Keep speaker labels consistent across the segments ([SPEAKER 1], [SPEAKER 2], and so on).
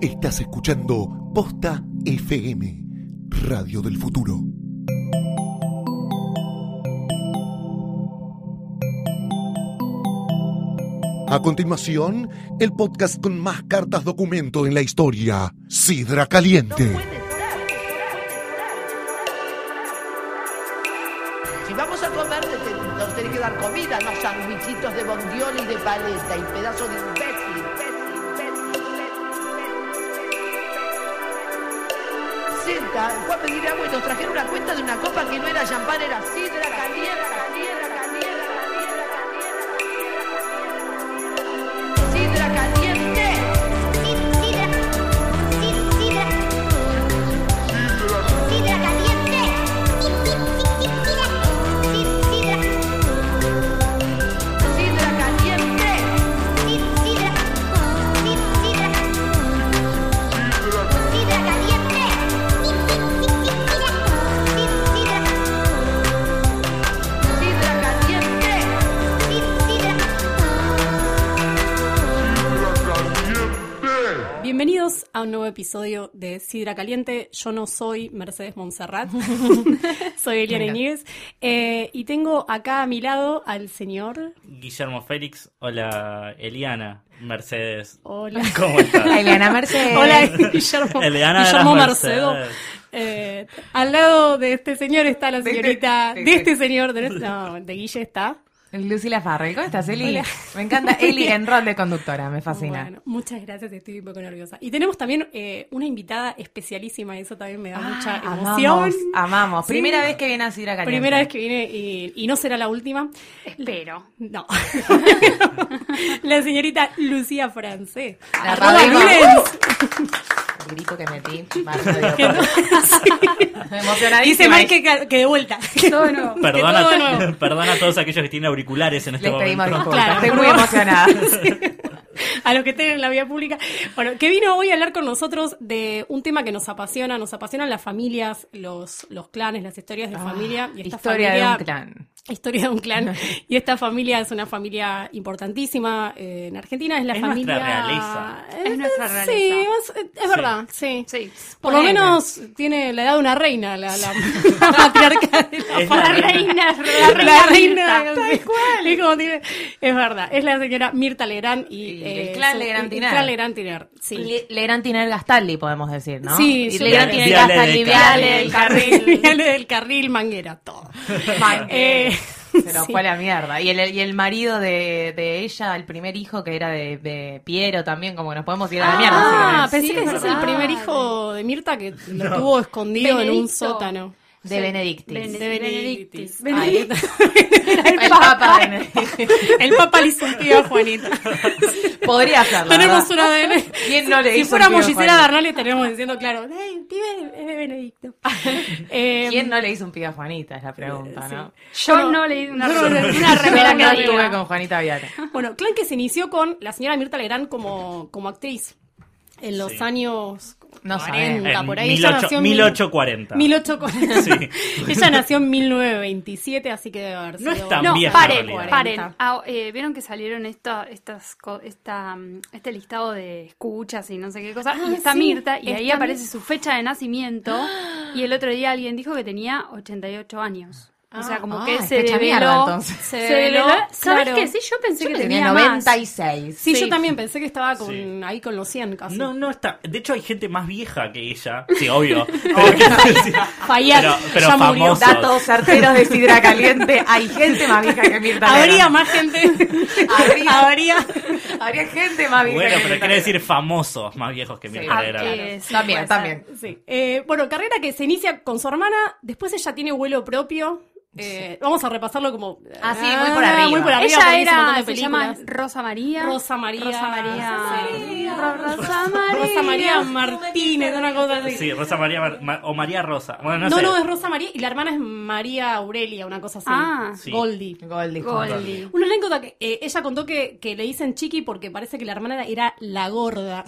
[SPEAKER 1] Estás escuchando Posta FM, Radio del Futuro. A continuación, el podcast con más cartas documento en la historia, Sidra Caliente.
[SPEAKER 2] Si vamos a comer, te- te- nos tenés que dar comida, no sandwichitos de bondiola y de paleta y pedazo de imbécil. Senta, fue a pedir agua y nos trajeron una cuenta de una copa que no era champán, era sidra caliente. caliente, caliente, caliente, caliente. Sidra caliente. Sidra caliente. Sidra caliente.
[SPEAKER 3] Bienvenidos a un nuevo episodio de Sidra Caliente. Yo no soy Mercedes Montserrat, soy Eliana Iñiguez. Eh, y tengo acá a mi lado al señor.
[SPEAKER 4] Guillermo Félix, hola Eliana, Mercedes,
[SPEAKER 3] Hola.
[SPEAKER 4] ¿cómo estás?
[SPEAKER 5] Eliana Mercedes.
[SPEAKER 3] Hola, Guillermo.
[SPEAKER 4] Eliana de las
[SPEAKER 3] Guillermo
[SPEAKER 4] Mercedes.
[SPEAKER 3] Marcedo. Eh, al lado de este señor está la
[SPEAKER 5] De este-
[SPEAKER 3] señorita.
[SPEAKER 5] de
[SPEAKER 3] De
[SPEAKER 5] este-
[SPEAKER 3] este señor, de, no, de Guille está.
[SPEAKER 5] Lucila Farrell, ¿cómo estás, Eli?
[SPEAKER 3] Hola.
[SPEAKER 5] Me encanta Eli en rol de conductora, me fascina.
[SPEAKER 3] Bueno, muchas gracias, estoy un poco nerviosa. Y tenemos también eh, una invitada especialísima, eso también me da mucha
[SPEAKER 5] Ah,
[SPEAKER 3] emoción.
[SPEAKER 5] Amamos, amamos.
[SPEAKER 3] Sí.
[SPEAKER 5] Primera vez que viene a Sidra Caliente.
[SPEAKER 3] Primera vez que viene y, y no será la última.
[SPEAKER 6] Espero.
[SPEAKER 3] No. la señorita Lucía Francé.
[SPEAKER 5] La
[SPEAKER 3] Arroba
[SPEAKER 5] radio.
[SPEAKER 3] Lulens.
[SPEAKER 5] El grito que metí. Marta, digo, por-
[SPEAKER 3] Sí. Dice
[SPEAKER 5] Emocionadísima.
[SPEAKER 3] Mar que, ca- que de vuelta.
[SPEAKER 6] Todo nuevo.
[SPEAKER 3] Que todo de
[SPEAKER 4] Perdona,
[SPEAKER 3] nuevo.
[SPEAKER 4] perdona a todos aquellos que tienen auriculares en este
[SPEAKER 5] Les pedimos
[SPEAKER 4] momento.
[SPEAKER 5] disculpas.
[SPEAKER 3] Claro,
[SPEAKER 5] Estoy
[SPEAKER 3] por
[SPEAKER 5] muy
[SPEAKER 3] favor.
[SPEAKER 5] emocionada.
[SPEAKER 3] A los que estén en la vía pública. Bueno, que vino hoy a hablar con nosotros de un tema que nos apasiona. Nos apasionan las familias, los, los clanes, las historias de familia. Y esta
[SPEAKER 5] Ah, Historia
[SPEAKER 3] familia,
[SPEAKER 5] de un clan.
[SPEAKER 3] Historia de un clan. Y esta familia es una familia importantísima eh, en Argentina. Es la
[SPEAKER 4] Es
[SPEAKER 3] familia.
[SPEAKER 4] nuestra realeza.
[SPEAKER 3] Eh,
[SPEAKER 6] Es nuestra realeza.
[SPEAKER 3] Sí, es, es verdad, sí.
[SPEAKER 6] Sí.
[SPEAKER 3] Por lo
[SPEAKER 5] Ponele.
[SPEAKER 3] menos tiene la edad de una reina, la, la, la matriarca de la
[SPEAKER 4] Es la reina.
[SPEAKER 3] la reina,
[SPEAKER 6] La
[SPEAKER 3] sí. Es, como tiene- es verdad, es la señora Mirta Legrand y, eh,
[SPEAKER 5] Y el clan
[SPEAKER 3] su-
[SPEAKER 5] Legrand
[SPEAKER 3] y- y
[SPEAKER 5] Tinar.
[SPEAKER 3] clan Legrand Tinar, sí.
[SPEAKER 5] Le- Legrand Tiner Gastaldi, podemos decir, ¿no?
[SPEAKER 3] Sí,
[SPEAKER 5] Y
[SPEAKER 3] sí.
[SPEAKER 5] Legrand Tiner
[SPEAKER 4] Viale de
[SPEAKER 5] Gastaldi,
[SPEAKER 4] Carril.
[SPEAKER 5] Viale del
[SPEAKER 3] Viale
[SPEAKER 5] Carril.
[SPEAKER 3] del carril, manguera, todo. Eh,
[SPEAKER 5] Se nos
[SPEAKER 3] sí.
[SPEAKER 5] fue a la mierda. Y el, y el marido de, de ella, el primer hijo que era de, de Piero también, como que nos podemos ir a la mierda.
[SPEAKER 3] Ah,
[SPEAKER 5] básicamente.
[SPEAKER 3] pensé
[SPEAKER 6] Sí,
[SPEAKER 3] que
[SPEAKER 6] es
[SPEAKER 3] ese es el
[SPEAKER 6] verdad.
[SPEAKER 3] primer hijo de Mirta que lo tuvo escondido en un
[SPEAKER 6] Benedicto.
[SPEAKER 3] sótano.
[SPEAKER 5] De Benedictis.
[SPEAKER 6] Bene-
[SPEAKER 3] De Benedictis.
[SPEAKER 6] Benedictis.
[SPEAKER 3] Ay,
[SPEAKER 5] el papá de Benedictis.
[SPEAKER 3] el papá le hizo un tío a Juanita.
[SPEAKER 5] Podría hacerlo.
[SPEAKER 3] Tenemos
[SPEAKER 5] ¿verdad?
[SPEAKER 3] una ADN.
[SPEAKER 5] ¿Quién no le
[SPEAKER 3] si
[SPEAKER 5] hizo
[SPEAKER 3] fuéramos
[SPEAKER 5] un pibe a
[SPEAKER 3] Gisela
[SPEAKER 5] Juanita?
[SPEAKER 3] Bernal, le estaríamos diciendo, claro, hey, pibe es de Benedicto. Eh,
[SPEAKER 5] ¿Quién no le hizo un pibe a Juanita? Es la pregunta, ¿no?
[SPEAKER 6] Yo no, leí una,
[SPEAKER 3] no, no, no,
[SPEAKER 6] una remera
[SPEAKER 5] Yo
[SPEAKER 6] que
[SPEAKER 5] no
[SPEAKER 6] diga.
[SPEAKER 5] estuve con Juanita Viale.
[SPEAKER 3] Bueno, Clan que se inició con la señora Mirta Legrand como, como actriz en los
[SPEAKER 4] Sí.
[SPEAKER 3] años
[SPEAKER 5] No
[SPEAKER 3] 40,
[SPEAKER 4] En
[SPEAKER 3] por ahí. Ella
[SPEAKER 4] 18-
[SPEAKER 3] nació en
[SPEAKER 4] 1840.
[SPEAKER 3] 1840.
[SPEAKER 4] Sí.
[SPEAKER 3] Ella nació en 1927, así que debe haber sido...
[SPEAKER 4] No es tan
[SPEAKER 6] No,
[SPEAKER 4] Vieja
[SPEAKER 6] paren,
[SPEAKER 4] realidad.
[SPEAKER 6] paren. Ah, eh, Vieron que salieron esta, estas, co- esta, mm, este listado de escuchas y no sé qué cosa.
[SPEAKER 3] Ah,
[SPEAKER 6] y está
[SPEAKER 3] sí.
[SPEAKER 6] Mirta, y ahí
[SPEAKER 3] Está
[SPEAKER 6] aparece su fecha de nacimiento. Y el otro día alguien dijo que tenía 88 años. O sea, como
[SPEAKER 5] Ah,
[SPEAKER 6] que
[SPEAKER 5] es
[SPEAKER 6] se
[SPEAKER 5] fecha
[SPEAKER 6] develó.
[SPEAKER 5] mierda, entonces.
[SPEAKER 6] Se
[SPEAKER 3] Se develó,
[SPEAKER 6] develó. ¿Sabes
[SPEAKER 3] claro.
[SPEAKER 6] qué? Sí, yo pensé
[SPEAKER 5] Yo
[SPEAKER 6] que
[SPEAKER 5] tenía
[SPEAKER 6] tenía más.
[SPEAKER 5] 96.
[SPEAKER 3] Sí, yo
[SPEAKER 6] Sí.
[SPEAKER 3] también pensé que estaba con,
[SPEAKER 4] Sí.
[SPEAKER 3] ahí con los 100 casi.
[SPEAKER 4] No, no está. De hecho, hay gente más vieja que ella. Sí, obvio. Pero, sí,
[SPEAKER 3] Fallar,
[SPEAKER 4] Pero- pero
[SPEAKER 3] ya murió.
[SPEAKER 4] famoso.
[SPEAKER 5] Datos certeros de Sidra Caliente. Hay gente más vieja que Mirta
[SPEAKER 3] Habría
[SPEAKER 5] Legrand.
[SPEAKER 3] más gente.
[SPEAKER 5] Habría.
[SPEAKER 3] Habría.
[SPEAKER 5] Habría gente más vieja
[SPEAKER 4] bueno, pero
[SPEAKER 5] que Mirta
[SPEAKER 4] quiere
[SPEAKER 5] Legrand.
[SPEAKER 4] decir famosos más viejos que Mirta
[SPEAKER 5] Ah,
[SPEAKER 4] Legrand.
[SPEAKER 6] eh, sí,
[SPEAKER 5] También,
[SPEAKER 6] puede ser.
[SPEAKER 5] también.
[SPEAKER 3] Sí. Eh, bueno, carrera que se inicia con su hermana, después ella tiene vuelo propio. Eh, Vamos a repasarlo como.
[SPEAKER 5] Ah, sí, muy por arriba.
[SPEAKER 3] muy por arriba,
[SPEAKER 6] Ella
[SPEAKER 3] porque hizo un montón
[SPEAKER 6] era,
[SPEAKER 3] de
[SPEAKER 6] se llama
[SPEAKER 3] películas.
[SPEAKER 6] Rosa María.
[SPEAKER 3] Rosa María.
[SPEAKER 6] Rosa
[SPEAKER 3] Sí.
[SPEAKER 6] María. Rosa María.
[SPEAKER 3] Rosa María Martínez, una cosa así.
[SPEAKER 4] Sí, Rosa María Mar- Ma- o María Rosa. Bueno, no,
[SPEAKER 3] no, no,
[SPEAKER 4] sé.
[SPEAKER 3] es Rosa María y la hermana es María Aurelia, una cosa así.
[SPEAKER 6] Ah.
[SPEAKER 4] Sí.
[SPEAKER 3] Goldie.
[SPEAKER 5] Goldie.
[SPEAKER 6] Goldie.
[SPEAKER 3] Una anécdota que eh, ella contó que, que le dicen chiqui porque parece que la hermana era, era la gorda.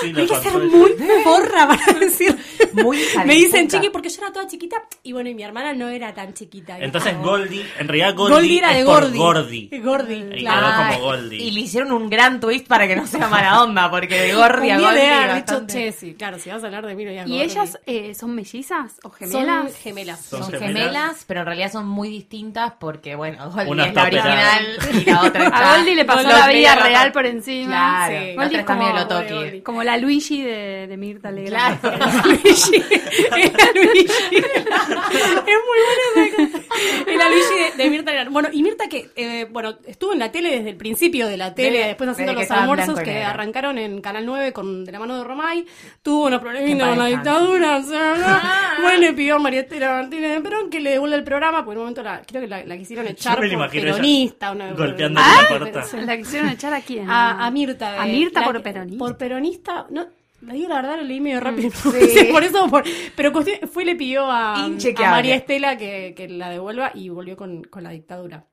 [SPEAKER 4] Sí, lo
[SPEAKER 3] Hay que
[SPEAKER 4] contó
[SPEAKER 3] ser
[SPEAKER 4] ella. ¿Eh?
[SPEAKER 3] muy porra para decir.
[SPEAKER 5] muy hija de
[SPEAKER 3] Me dicen
[SPEAKER 5] puta.
[SPEAKER 3] chiqui porque yo era toda chiquita y bueno, y mi hermana no era tan chiquita. Y
[SPEAKER 4] Entonces
[SPEAKER 3] como-
[SPEAKER 4] Goldie, en realidad Goldie,
[SPEAKER 3] Goldie, era de
[SPEAKER 4] es por
[SPEAKER 3] Gordi.
[SPEAKER 4] Gordi.
[SPEAKER 3] Gordi,
[SPEAKER 4] Y
[SPEAKER 3] claro.
[SPEAKER 4] quedó
[SPEAKER 5] Ay,
[SPEAKER 4] como Goldie.
[SPEAKER 5] Y le hicieron un gran twist para que no sea mala onda, porque de Gordi a
[SPEAKER 3] Un día
[SPEAKER 5] Gordi.
[SPEAKER 3] de haber dicho,
[SPEAKER 5] bastante.
[SPEAKER 3] che, sí, claro, si vas a hablar de mí, no digas
[SPEAKER 6] ¿Y
[SPEAKER 3] Gordi.
[SPEAKER 6] ellas eh, son mellizas o
[SPEAKER 3] Son
[SPEAKER 6] gemelas?
[SPEAKER 3] gemelas.
[SPEAKER 5] Son
[SPEAKER 4] Son
[SPEAKER 5] gemelas,
[SPEAKER 4] gemelas,
[SPEAKER 5] pero en realidad son muy distintas porque, bueno, Goldie
[SPEAKER 4] Una
[SPEAKER 5] es la
[SPEAKER 4] está operada.
[SPEAKER 5] original y la otra está...
[SPEAKER 6] A Goldie le pasó
[SPEAKER 5] Goldie
[SPEAKER 6] la
[SPEAKER 5] es
[SPEAKER 6] vida
[SPEAKER 5] medio
[SPEAKER 6] real
[SPEAKER 5] loto-
[SPEAKER 6] por encima.
[SPEAKER 5] Claro,
[SPEAKER 3] Sí.
[SPEAKER 5] la
[SPEAKER 6] Goldie
[SPEAKER 5] otra
[SPEAKER 6] es
[SPEAKER 5] está
[SPEAKER 6] como-
[SPEAKER 5] medio
[SPEAKER 3] Goldie.
[SPEAKER 5] lotoki.
[SPEAKER 6] Como la Luigi de, de Mirta Legrand.
[SPEAKER 5] Claro.
[SPEAKER 3] Luigi. Era Luigi. es muy buena esa cosa. Era Luigi de, de Mirta Legrand. Bueno, y Mirta que eh, bueno, estuvo en la tele desde el principio de la tele,
[SPEAKER 5] Desde-
[SPEAKER 3] después haciendo
[SPEAKER 5] desde que
[SPEAKER 3] los
[SPEAKER 5] estaba en
[SPEAKER 3] almuerzos
[SPEAKER 5] blanco y
[SPEAKER 3] que
[SPEAKER 5] negro.
[SPEAKER 3] arrancaron en Canal 9 con de la mano de Romay. Tuvo unos problemas con
[SPEAKER 5] Que
[SPEAKER 3] la
[SPEAKER 5] paz Ah. descanse.
[SPEAKER 3] dictadura. o sea, ¿no? Bueno, le pidió a Marietela Martínez de Perón que le devuelva el programa, porque en un momento la, creo que la, la quisieron echar
[SPEAKER 4] me la
[SPEAKER 3] por
[SPEAKER 4] imagino ella
[SPEAKER 3] peronista. Una,
[SPEAKER 4] golpeando
[SPEAKER 3] Ah,
[SPEAKER 4] la puerta.
[SPEAKER 3] pero sí.
[SPEAKER 6] La quisieron echar aquí.
[SPEAKER 3] A, a Mirta. de-
[SPEAKER 6] Ah. A Mirta
[SPEAKER 3] la-
[SPEAKER 6] por peronista.
[SPEAKER 3] Por peronista, no. Le digo la verdad, lo leí medio rápido. por eso, por- pero cuestión- fue y le pidió a,
[SPEAKER 5] Inchequeable.
[SPEAKER 3] a María Estela que, que la devuelva y volvió con, con la dictadura.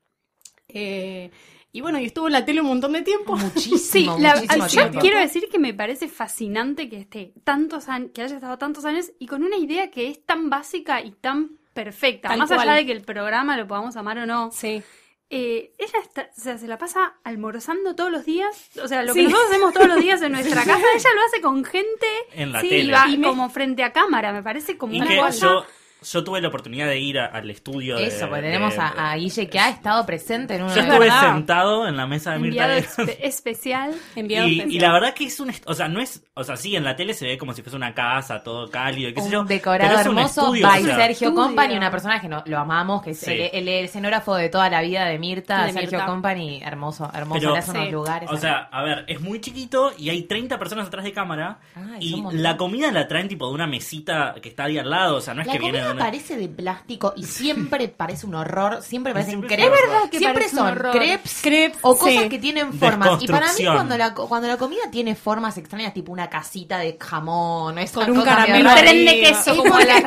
[SPEAKER 3] Eh, y bueno, y estuvo en la tele un montón de tiempo.
[SPEAKER 6] Sí,
[SPEAKER 5] Muchísimo,
[SPEAKER 6] la-
[SPEAKER 5] muchísimo
[SPEAKER 6] yo
[SPEAKER 5] tiempo.
[SPEAKER 6] quiero decir que me parece fascinante que esté tantos años, que haya estado tantos años y con una idea que es tan básica y tan perfecta,
[SPEAKER 3] Tal
[SPEAKER 6] más
[SPEAKER 3] cual.
[SPEAKER 6] allá de que el programa lo podamos amar o no.
[SPEAKER 3] Sí.
[SPEAKER 6] Eh, ella está- o sea, se la pasa almorzando todos los días, o sea, lo
[SPEAKER 3] Sí.
[SPEAKER 6] que nosotros hacemos todos los días en nuestra casa, ella lo hace con gente
[SPEAKER 4] En la
[SPEAKER 6] sí,
[SPEAKER 4] tele.
[SPEAKER 6] y va
[SPEAKER 3] Y me-
[SPEAKER 6] como frente a cámara, me parece como
[SPEAKER 4] Y
[SPEAKER 6] una
[SPEAKER 4] que
[SPEAKER 6] cosa.
[SPEAKER 4] yo, yo tuve la oportunidad de ir a- al estudio de-
[SPEAKER 5] Eso, porque tenemos
[SPEAKER 4] de-
[SPEAKER 5] a, a Guille que ha estado presente en uno
[SPEAKER 4] Yo
[SPEAKER 5] de
[SPEAKER 4] estuve
[SPEAKER 5] los-
[SPEAKER 4] sentado en la mesa de Mirta
[SPEAKER 6] enviado
[SPEAKER 4] de
[SPEAKER 6] espe- especial.
[SPEAKER 3] Enviado
[SPEAKER 4] Y,
[SPEAKER 3] especial.
[SPEAKER 4] y la verdad que es un... est- O sea, no es... O sea, sí, en la tele se ve como si fuese una casa, todo cálido, qué sé yo.
[SPEAKER 5] un decorado
[SPEAKER 4] pero es un
[SPEAKER 5] hermoso
[SPEAKER 4] estudio,
[SPEAKER 5] by
[SPEAKER 4] o sea,
[SPEAKER 5] Sergio
[SPEAKER 6] Estudio.
[SPEAKER 5] Company, una persona que no, lo amamos, que es
[SPEAKER 4] Sí.
[SPEAKER 5] el, el escenógrafo de toda la vida de Mirta,
[SPEAKER 3] De
[SPEAKER 5] Sergio
[SPEAKER 3] Mirta.
[SPEAKER 5] Company, hermoso, hermoso,
[SPEAKER 4] Pero-
[SPEAKER 5] le hace unos
[SPEAKER 3] Sí.
[SPEAKER 5] lugares.
[SPEAKER 4] O sea, a ver, es muy chiquito y hay 30 personas atrás de cámara
[SPEAKER 5] Ah, es un
[SPEAKER 4] y
[SPEAKER 5] montón.
[SPEAKER 4] la comida la traen tipo de una mesita que está ahí al lado, o sea, no es
[SPEAKER 5] la
[SPEAKER 4] que viene de
[SPEAKER 5] comida
[SPEAKER 4] una...
[SPEAKER 5] parece de plástico y siempre parece un horror, siempre parecen
[SPEAKER 4] siempre
[SPEAKER 5] crepes.
[SPEAKER 4] es un horror.
[SPEAKER 6] que
[SPEAKER 5] siempre
[SPEAKER 6] parece un
[SPEAKER 5] son
[SPEAKER 6] horror.
[SPEAKER 5] crepes,
[SPEAKER 3] Crepes,
[SPEAKER 5] o cosas
[SPEAKER 3] sí.
[SPEAKER 5] que tienen formas. Y para mí
[SPEAKER 4] Desconstrucción.
[SPEAKER 5] cuando la, co- cuando la comida tiene formas extrañas, tipo una casita de jamón, es
[SPEAKER 3] Con un caramelo
[SPEAKER 6] El tren de
[SPEAKER 3] arriba.
[SPEAKER 6] queso, como la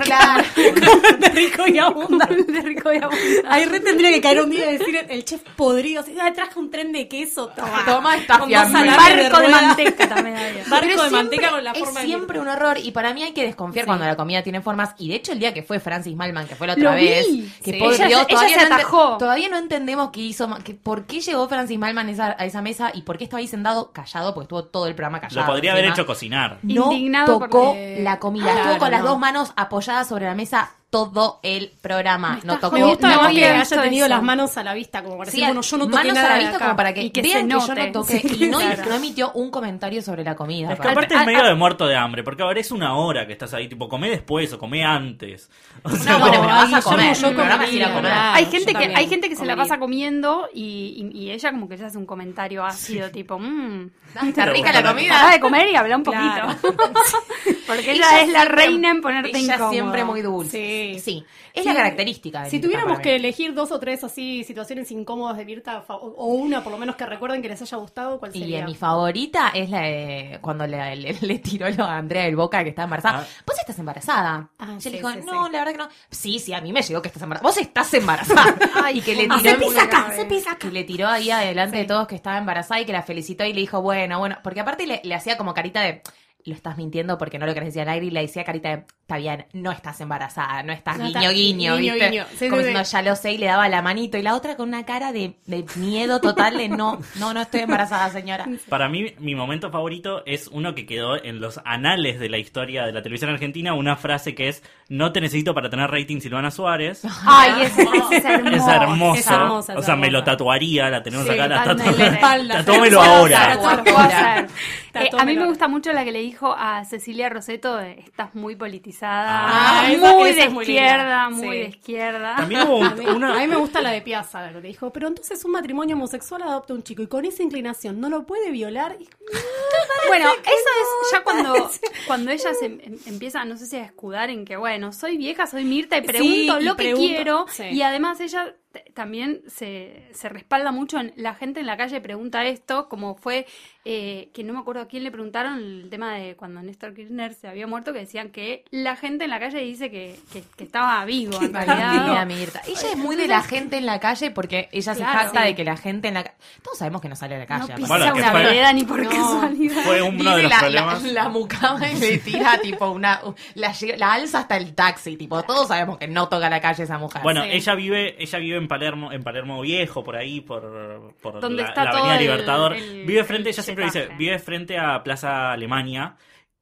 [SPEAKER 3] de rico y abundante. De rico y abundante. Ay, re tendría que caer un día y decir el chef podrido. así, "Ah, traje un tren de queso. Toma,
[SPEAKER 5] Toma esta
[SPEAKER 3] Con dos
[SPEAKER 5] fiambre.
[SPEAKER 3] salames
[SPEAKER 6] barco de
[SPEAKER 3] rueda.
[SPEAKER 6] manteca también había.
[SPEAKER 3] Barco
[SPEAKER 5] Pero
[SPEAKER 3] de
[SPEAKER 5] siempre-
[SPEAKER 3] manteca con la forma
[SPEAKER 5] Es
[SPEAKER 3] de
[SPEAKER 5] siempre
[SPEAKER 3] Mirta.
[SPEAKER 5] un horror y para mí hay que desconfiar
[SPEAKER 3] Sí.
[SPEAKER 5] cuando la comida tiene formas. Y de hecho el día que fue Francis Malman, que fue la otra
[SPEAKER 6] Lo vi.
[SPEAKER 5] vez, que
[SPEAKER 3] Sí.
[SPEAKER 5] por
[SPEAKER 6] Ella
[SPEAKER 5] Dios,
[SPEAKER 6] se- ella
[SPEAKER 5] todavía,
[SPEAKER 6] se
[SPEAKER 5] no ente-
[SPEAKER 6] atajó.
[SPEAKER 5] todavía no entendemos qué hizo, ma- que, por qué llegó Francis Malman a esa, a esa mesa y por qué estaba ahí sentado callado, porque estuvo todo el programa callado.
[SPEAKER 4] Lo podría haber
[SPEAKER 5] encima.
[SPEAKER 4] hecho cocinar.
[SPEAKER 5] No
[SPEAKER 6] Indignado
[SPEAKER 5] tocó
[SPEAKER 3] porque-
[SPEAKER 5] la comida,
[SPEAKER 3] Claro,
[SPEAKER 5] estuvo con las
[SPEAKER 3] no.
[SPEAKER 5] dos manos apoyadas sobre la mesa todo el programa.
[SPEAKER 6] Me
[SPEAKER 5] No
[SPEAKER 6] estás
[SPEAKER 5] tocó
[SPEAKER 3] Me
[SPEAKER 6] Como
[SPEAKER 3] gusta
[SPEAKER 5] la
[SPEAKER 6] no
[SPEAKER 3] más que
[SPEAKER 5] comida.
[SPEAKER 6] había
[SPEAKER 3] haya tenido
[SPEAKER 6] eso.
[SPEAKER 3] las manos a la vista, como para
[SPEAKER 5] Sí,
[SPEAKER 3] decir, bueno, yo no toqué
[SPEAKER 5] manos
[SPEAKER 3] nada
[SPEAKER 5] a la
[SPEAKER 3] de
[SPEAKER 5] vista
[SPEAKER 3] acá.
[SPEAKER 5] como para que,
[SPEAKER 6] Y que
[SPEAKER 5] vean
[SPEAKER 6] se
[SPEAKER 5] que yo
[SPEAKER 6] note.
[SPEAKER 5] no toqué
[SPEAKER 6] Sí,
[SPEAKER 5] y no,
[SPEAKER 6] claro.
[SPEAKER 5] no emitió un comentario sobre la comida.
[SPEAKER 4] Es que
[SPEAKER 5] aparte.
[SPEAKER 4] aparte
[SPEAKER 6] Ah,
[SPEAKER 4] es medio
[SPEAKER 6] ah.
[SPEAKER 4] de muerto de hambre, porque ahora es una hora que estás ahí, tipo, comé después o comé antes. O sea,
[SPEAKER 5] No, bueno,
[SPEAKER 4] como-
[SPEAKER 5] pero vas a
[SPEAKER 3] ahí yo
[SPEAKER 5] comer.
[SPEAKER 3] no, yo
[SPEAKER 5] El programa es ir a
[SPEAKER 3] comería.
[SPEAKER 5] comer.
[SPEAKER 6] hay
[SPEAKER 3] Ah, yo
[SPEAKER 6] gente que
[SPEAKER 3] también
[SPEAKER 6] hay gente que se la
[SPEAKER 3] comería.
[SPEAKER 6] pasa comiendo y, y- y ella como que se hace un comentario ácido tipo mmm,
[SPEAKER 5] Está rica
[SPEAKER 4] Pero
[SPEAKER 5] la
[SPEAKER 4] bueno,
[SPEAKER 5] comida.
[SPEAKER 6] acaba de comer y habla un
[SPEAKER 3] Claro.
[SPEAKER 6] poquito porque ella, es la
[SPEAKER 5] siempre-
[SPEAKER 6] reina en ponerte
[SPEAKER 5] ella
[SPEAKER 6] incómodo.
[SPEAKER 5] siempre muy dulce.
[SPEAKER 3] Sí.
[SPEAKER 5] Sí. Es la
[SPEAKER 3] Sí.
[SPEAKER 5] característica. de
[SPEAKER 3] Si
[SPEAKER 5] Mirta
[SPEAKER 3] tuviéramos
[SPEAKER 5] para
[SPEAKER 3] que
[SPEAKER 5] mí.
[SPEAKER 3] elegir dos o tres así situaciones incómodas de Mirta, fa- o o una por lo menos que recuerden que les haya gustado, ¿cuál
[SPEAKER 5] Y eh,
[SPEAKER 3] sería?
[SPEAKER 5] mi favorita es la de cuando le, le- le tiró lo a Andrea del Boca que estaba embarazada.
[SPEAKER 4] Ah.
[SPEAKER 5] Vos estás embarazada.
[SPEAKER 3] Ah,
[SPEAKER 5] Yo
[SPEAKER 3] sí,
[SPEAKER 5] le dijo,
[SPEAKER 3] sí,
[SPEAKER 5] no,
[SPEAKER 3] sí.
[SPEAKER 5] la verdad que no. Sí, sí, a mí me llegó que estás embarazada. Vos estás embarazada. y que le
[SPEAKER 6] cómo
[SPEAKER 5] tiró.
[SPEAKER 6] se pisa acá, se
[SPEAKER 5] pisa acá. Que le tiró ahí adelante de todos que estaba embarazada y que la felicitó y le dijo, bueno, bueno. Porque aparte le, le hacía como carita de. Lo estás mintiendo porque no lo querés decir al aire y le decía carita de, está bien, no estás embarazada, no estás
[SPEAKER 3] No
[SPEAKER 5] guiño,
[SPEAKER 3] estás-
[SPEAKER 5] guiño,
[SPEAKER 3] guiño,
[SPEAKER 5] ¿viste?
[SPEAKER 3] guiño. Sí,
[SPEAKER 5] Como
[SPEAKER 3] sí,
[SPEAKER 5] diciendo,
[SPEAKER 3] sí.
[SPEAKER 5] ya lo sé, y le daba la manito. Y la otra con una cara de, de miedo total de no, no, no estoy embarazada, señora.
[SPEAKER 4] Para mí, mi momento favorito es uno que quedó en los anales de la historia de la televisión argentina, una frase que es, no te necesito para tener rating Silvana Suárez.
[SPEAKER 6] ay es, es
[SPEAKER 4] Es
[SPEAKER 6] hermoso
[SPEAKER 4] hermosa.
[SPEAKER 3] es hermosa, es
[SPEAKER 4] o sea, me
[SPEAKER 3] hermosa.
[SPEAKER 4] lo tatuaría, la tenemos
[SPEAKER 6] Sí,
[SPEAKER 4] acá, la
[SPEAKER 6] totalmente.
[SPEAKER 4] tatuaría.
[SPEAKER 3] espalda.
[SPEAKER 4] Tatúamelo
[SPEAKER 3] Tatuamelo
[SPEAKER 4] ahora.
[SPEAKER 6] Ahora,
[SPEAKER 5] Ahora.
[SPEAKER 6] todo lo puedo hacer.
[SPEAKER 3] Tatuamelo
[SPEAKER 6] Eh, a mí me
[SPEAKER 3] ahora.
[SPEAKER 6] gusta mucho la que le dijo a Cecilia Roseto de, estás muy politizada
[SPEAKER 4] Ah,
[SPEAKER 3] esa-
[SPEAKER 6] muy
[SPEAKER 3] esa
[SPEAKER 6] de
[SPEAKER 3] es muy
[SPEAKER 6] izquierda
[SPEAKER 3] linda.
[SPEAKER 6] muy
[SPEAKER 3] Sí.
[SPEAKER 6] de izquierda
[SPEAKER 4] También hubo
[SPEAKER 3] A mí,
[SPEAKER 4] un- una...
[SPEAKER 3] a mí me gusta la de Piazza, la que te dijo, pero entonces un matrimonio homosexual adopta un chico y con esa inclinación no lo puede violar. Y-
[SPEAKER 6] Bueno, eso es ya cuando, cuando ella se em- empieza, no sé si a escudar en que, bueno, soy vieja, soy Mirta y
[SPEAKER 3] Sí,
[SPEAKER 6] pregunto
[SPEAKER 3] y pregunto,
[SPEAKER 6] lo que quiero.
[SPEAKER 3] sí.
[SPEAKER 6] Y además ella t- también se, se respalda mucho en la gente en la calle pregunta esto, como fue eh, que no me acuerdo a quién le preguntaron el tema de cuando Néstor Kirchner se había muerto, que decían que la gente en la calle dice que, que- que estaba vivo, en
[SPEAKER 5] Valentina
[SPEAKER 6] realidad.
[SPEAKER 5] Mirta. Ella es muy de la gente en la calle porque ella
[SPEAKER 6] Claro.
[SPEAKER 5] se jacta
[SPEAKER 6] Sí.
[SPEAKER 5] de que la gente en la calle. Todos sabemos que no sale a la
[SPEAKER 6] No
[SPEAKER 5] calle.
[SPEAKER 6] pisa
[SPEAKER 5] aparte.
[SPEAKER 4] Bueno, que
[SPEAKER 6] una
[SPEAKER 4] fue-
[SPEAKER 6] vereda ni por casualidad.
[SPEAKER 4] Fue uno de
[SPEAKER 5] Viene
[SPEAKER 4] los
[SPEAKER 5] la,
[SPEAKER 4] problemas.
[SPEAKER 5] La, la mucama y le tira tipo una. La, lle- la alza hasta el taxi, tipo. Todos sabemos que no toca la calle esa mujer.
[SPEAKER 4] Bueno,
[SPEAKER 6] Sí.
[SPEAKER 4] ella vive, ella vive en Palermo, en Palermo Viejo, por ahí, por, por
[SPEAKER 6] Donde
[SPEAKER 4] la,
[SPEAKER 6] está
[SPEAKER 4] la
[SPEAKER 6] todo
[SPEAKER 4] Avenida
[SPEAKER 6] el-
[SPEAKER 4] Libertador.
[SPEAKER 6] el-
[SPEAKER 4] vive frente,
[SPEAKER 6] el
[SPEAKER 4] ella siempre dice,
[SPEAKER 6] chetaje.
[SPEAKER 4] vive frente a Plaza Alemania.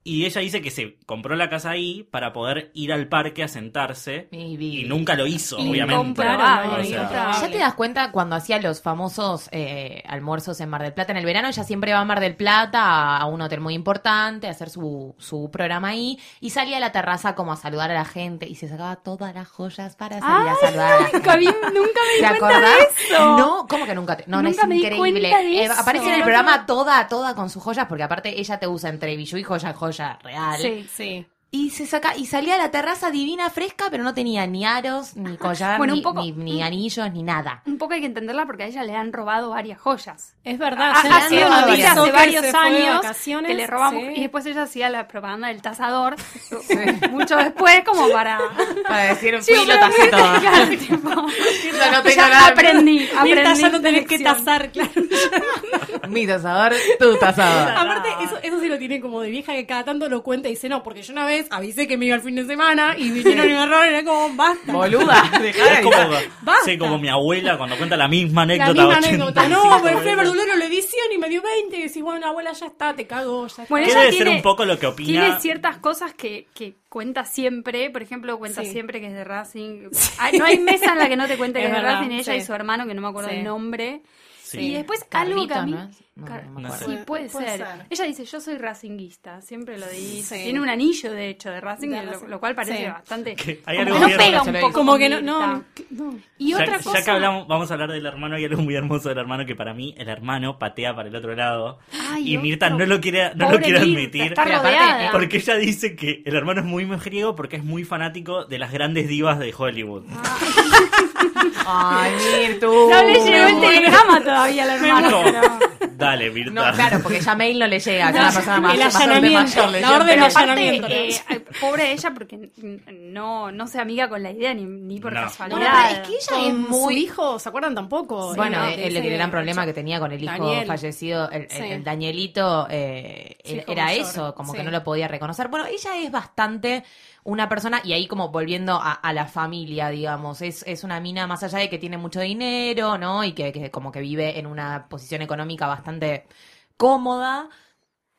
[SPEAKER 4] Y ella dice que se compró la casa ahí para poder ir al parque a sentarse.
[SPEAKER 5] Mi vida.
[SPEAKER 4] Y nunca lo hizo, obviamente.
[SPEAKER 6] Incomprobable,
[SPEAKER 4] O sea,
[SPEAKER 6] incomprobable.
[SPEAKER 5] Ya te das cuenta cuando hacía los famosos eh, almuerzos en Mar del Plata en el verano, ella siempre va a Mar del Plata, a, a un hotel muy importante, a hacer su, su programa ahí, y salía a la terraza como a saludar a la gente, y se sacaba todas las joyas para salir a
[SPEAKER 6] Ay,
[SPEAKER 5] saludar a la gente.
[SPEAKER 6] Nunca, vi- nunca me di
[SPEAKER 5] ¿Te
[SPEAKER 6] cuenta
[SPEAKER 5] acordás?
[SPEAKER 6] de eso.
[SPEAKER 5] No, ¿cómo que nunca? Te... No, no,
[SPEAKER 6] Nunca
[SPEAKER 5] es
[SPEAKER 6] me di
[SPEAKER 5] increíble.
[SPEAKER 6] cuenta de
[SPEAKER 5] Eh,
[SPEAKER 6] eso.
[SPEAKER 5] aparece en el
[SPEAKER 6] No,
[SPEAKER 5] programa toda, toda con sus joyas, porque aparte ella te usa entre billú y joya, joya real.
[SPEAKER 6] Sí.
[SPEAKER 3] Sí.
[SPEAKER 5] Y se saca, y salía a la terraza divina, fresca, pero no tenía ni aros, ni collar,
[SPEAKER 6] Bueno, un
[SPEAKER 5] ni,
[SPEAKER 6] poco-
[SPEAKER 5] ni- ni anillos, ni nada.
[SPEAKER 6] Un poco hay que entenderla porque a ella le han robado varias joyas.
[SPEAKER 3] Es verdad.
[SPEAKER 6] Ha-
[SPEAKER 3] yo
[SPEAKER 6] ha
[SPEAKER 3] Ah, la
[SPEAKER 6] sido
[SPEAKER 3] verdad,
[SPEAKER 6] noticia Ah, hace
[SPEAKER 3] Soccer
[SPEAKER 6] varios
[SPEAKER 3] se fue de
[SPEAKER 6] años
[SPEAKER 3] vacaciones,
[SPEAKER 6] que le robamos
[SPEAKER 3] sí.
[SPEAKER 6] y después ella hacía la propaganda del tasador mucho después como para
[SPEAKER 5] Para decir,
[SPEAKER 6] Sí, pero mira, claro, tipo,
[SPEAKER 5] no tengo
[SPEAKER 6] ya
[SPEAKER 5] nada.
[SPEAKER 6] aprendí aprendí
[SPEAKER 3] Mirta, ya
[SPEAKER 6] mi
[SPEAKER 3] no tenés que
[SPEAKER 6] lección.
[SPEAKER 3] tasar, claro.
[SPEAKER 5] Mi tasador, tu tasador.
[SPEAKER 3] Aparte, eso, eso se lo tiene como de vieja que cada tanto lo cuenta y dice, no, porque yo una vez avisé que me iba al fin de semana y vinieron y me error y era como, basta.
[SPEAKER 5] Boluda,
[SPEAKER 4] Es como,
[SPEAKER 3] Basta.
[SPEAKER 4] sí, como mi abuela cuando cuenta la misma
[SPEAKER 3] La
[SPEAKER 4] anécdota.
[SPEAKER 3] misma
[SPEAKER 4] 85
[SPEAKER 3] anécdota. No, pero fui
[SPEAKER 4] veces.
[SPEAKER 3] a verdulero, lo edición y me dio 20. Y decís, bueno, abuela, ya está, te cago, ya está.
[SPEAKER 6] Bueno,
[SPEAKER 4] Que
[SPEAKER 6] ella
[SPEAKER 4] debe ser
[SPEAKER 6] tiene-
[SPEAKER 4] un poco lo que opina.
[SPEAKER 6] tiene ciertas cosas que, que cuenta siempre, por ejemplo, cuenta
[SPEAKER 3] Sí.
[SPEAKER 6] siempre que es de Racing. Ay, no hay mesa en la que no te cuente que
[SPEAKER 3] Es
[SPEAKER 6] es de
[SPEAKER 3] verdad,
[SPEAKER 6] Racing, ella
[SPEAKER 3] sí.
[SPEAKER 6] y su hermano, que no me acuerdo
[SPEAKER 3] Sí.
[SPEAKER 6] el nombre.
[SPEAKER 4] Sí.
[SPEAKER 6] Y después algo que a mí... Car- Sí, puede,
[SPEAKER 3] Puede
[SPEAKER 6] ser.
[SPEAKER 3] ser.
[SPEAKER 6] Ella dice, yo soy racinguista, siempre lo dice.
[SPEAKER 3] Sí.
[SPEAKER 6] Tiene un anillo, de hecho, de Racing,
[SPEAKER 3] De
[SPEAKER 6] lo-
[SPEAKER 3] Racing.
[SPEAKER 6] lo, cual parece
[SPEAKER 3] Sí.
[SPEAKER 6] bastante...
[SPEAKER 4] Que hay
[SPEAKER 6] como
[SPEAKER 4] algo
[SPEAKER 6] que
[SPEAKER 4] bien
[SPEAKER 6] no pega
[SPEAKER 5] raro.
[SPEAKER 6] un poco
[SPEAKER 3] como
[SPEAKER 6] con
[SPEAKER 3] que no,
[SPEAKER 6] Mirta.
[SPEAKER 3] no, no.
[SPEAKER 6] Y
[SPEAKER 4] Ya-
[SPEAKER 6] otra
[SPEAKER 4] ya,
[SPEAKER 6] cosa...
[SPEAKER 4] que hablamos, vamos a hablar del hermano, hay algo muy hermoso del hermano que para mí el hermano patea para el otro lado.
[SPEAKER 6] Ay,
[SPEAKER 4] y Mirta
[SPEAKER 6] otro.
[SPEAKER 4] no lo quiere, no lo
[SPEAKER 6] Pobre
[SPEAKER 4] quiere
[SPEAKER 6] Mirta,
[SPEAKER 4] admitir.
[SPEAKER 6] Está
[SPEAKER 5] Pero aparte,
[SPEAKER 6] rodeada.
[SPEAKER 4] Porque ella dice que el hermano es muy mujeriego porque es muy fanático de las grandes divas de Hollywood.
[SPEAKER 6] Ah,
[SPEAKER 5] Ay, Mirtu.
[SPEAKER 6] No le llegó el
[SPEAKER 5] No,
[SPEAKER 6] telegrama todavía a la hermana.
[SPEAKER 4] Como,
[SPEAKER 6] pero-
[SPEAKER 4] Dale, Mirta.
[SPEAKER 5] No, claro, porque ya mail no le llega. es una persona más,
[SPEAKER 3] el
[SPEAKER 5] más hombre
[SPEAKER 3] allanamiento,
[SPEAKER 5] mayor, le
[SPEAKER 3] la
[SPEAKER 5] llega.
[SPEAKER 3] orden
[SPEAKER 6] Pero
[SPEAKER 3] de
[SPEAKER 6] aparte,
[SPEAKER 3] allanamiento.
[SPEAKER 6] eh, ay, pobre ella, porque mm, no, no se amiga con la idea ni, ni por
[SPEAKER 4] No.
[SPEAKER 3] No,
[SPEAKER 6] casualidad.
[SPEAKER 3] no, pero es que ella es
[SPEAKER 5] Con
[SPEAKER 3] muy...
[SPEAKER 5] su
[SPEAKER 3] hijo, ¿se acuerdan tampoco?
[SPEAKER 5] Bueno, el, el gran problema que tenía con el hijo
[SPEAKER 3] Daniel.
[SPEAKER 5] fallecido, el, el-
[SPEAKER 3] Sí.
[SPEAKER 5] el Danielito, eh,
[SPEAKER 3] Sí,
[SPEAKER 5] era-
[SPEAKER 3] como
[SPEAKER 5] era
[SPEAKER 3] llora.
[SPEAKER 5] eso, como
[SPEAKER 3] Sí.
[SPEAKER 5] que no lo podía reconocer. Bueno, ella es bastante una persona, y ahí como volviendo a, a la familia, digamos, es, es una mina más allá de que tiene mucho dinero, ¿no? Y que, que como que vive en una posición económica bastante cómoda.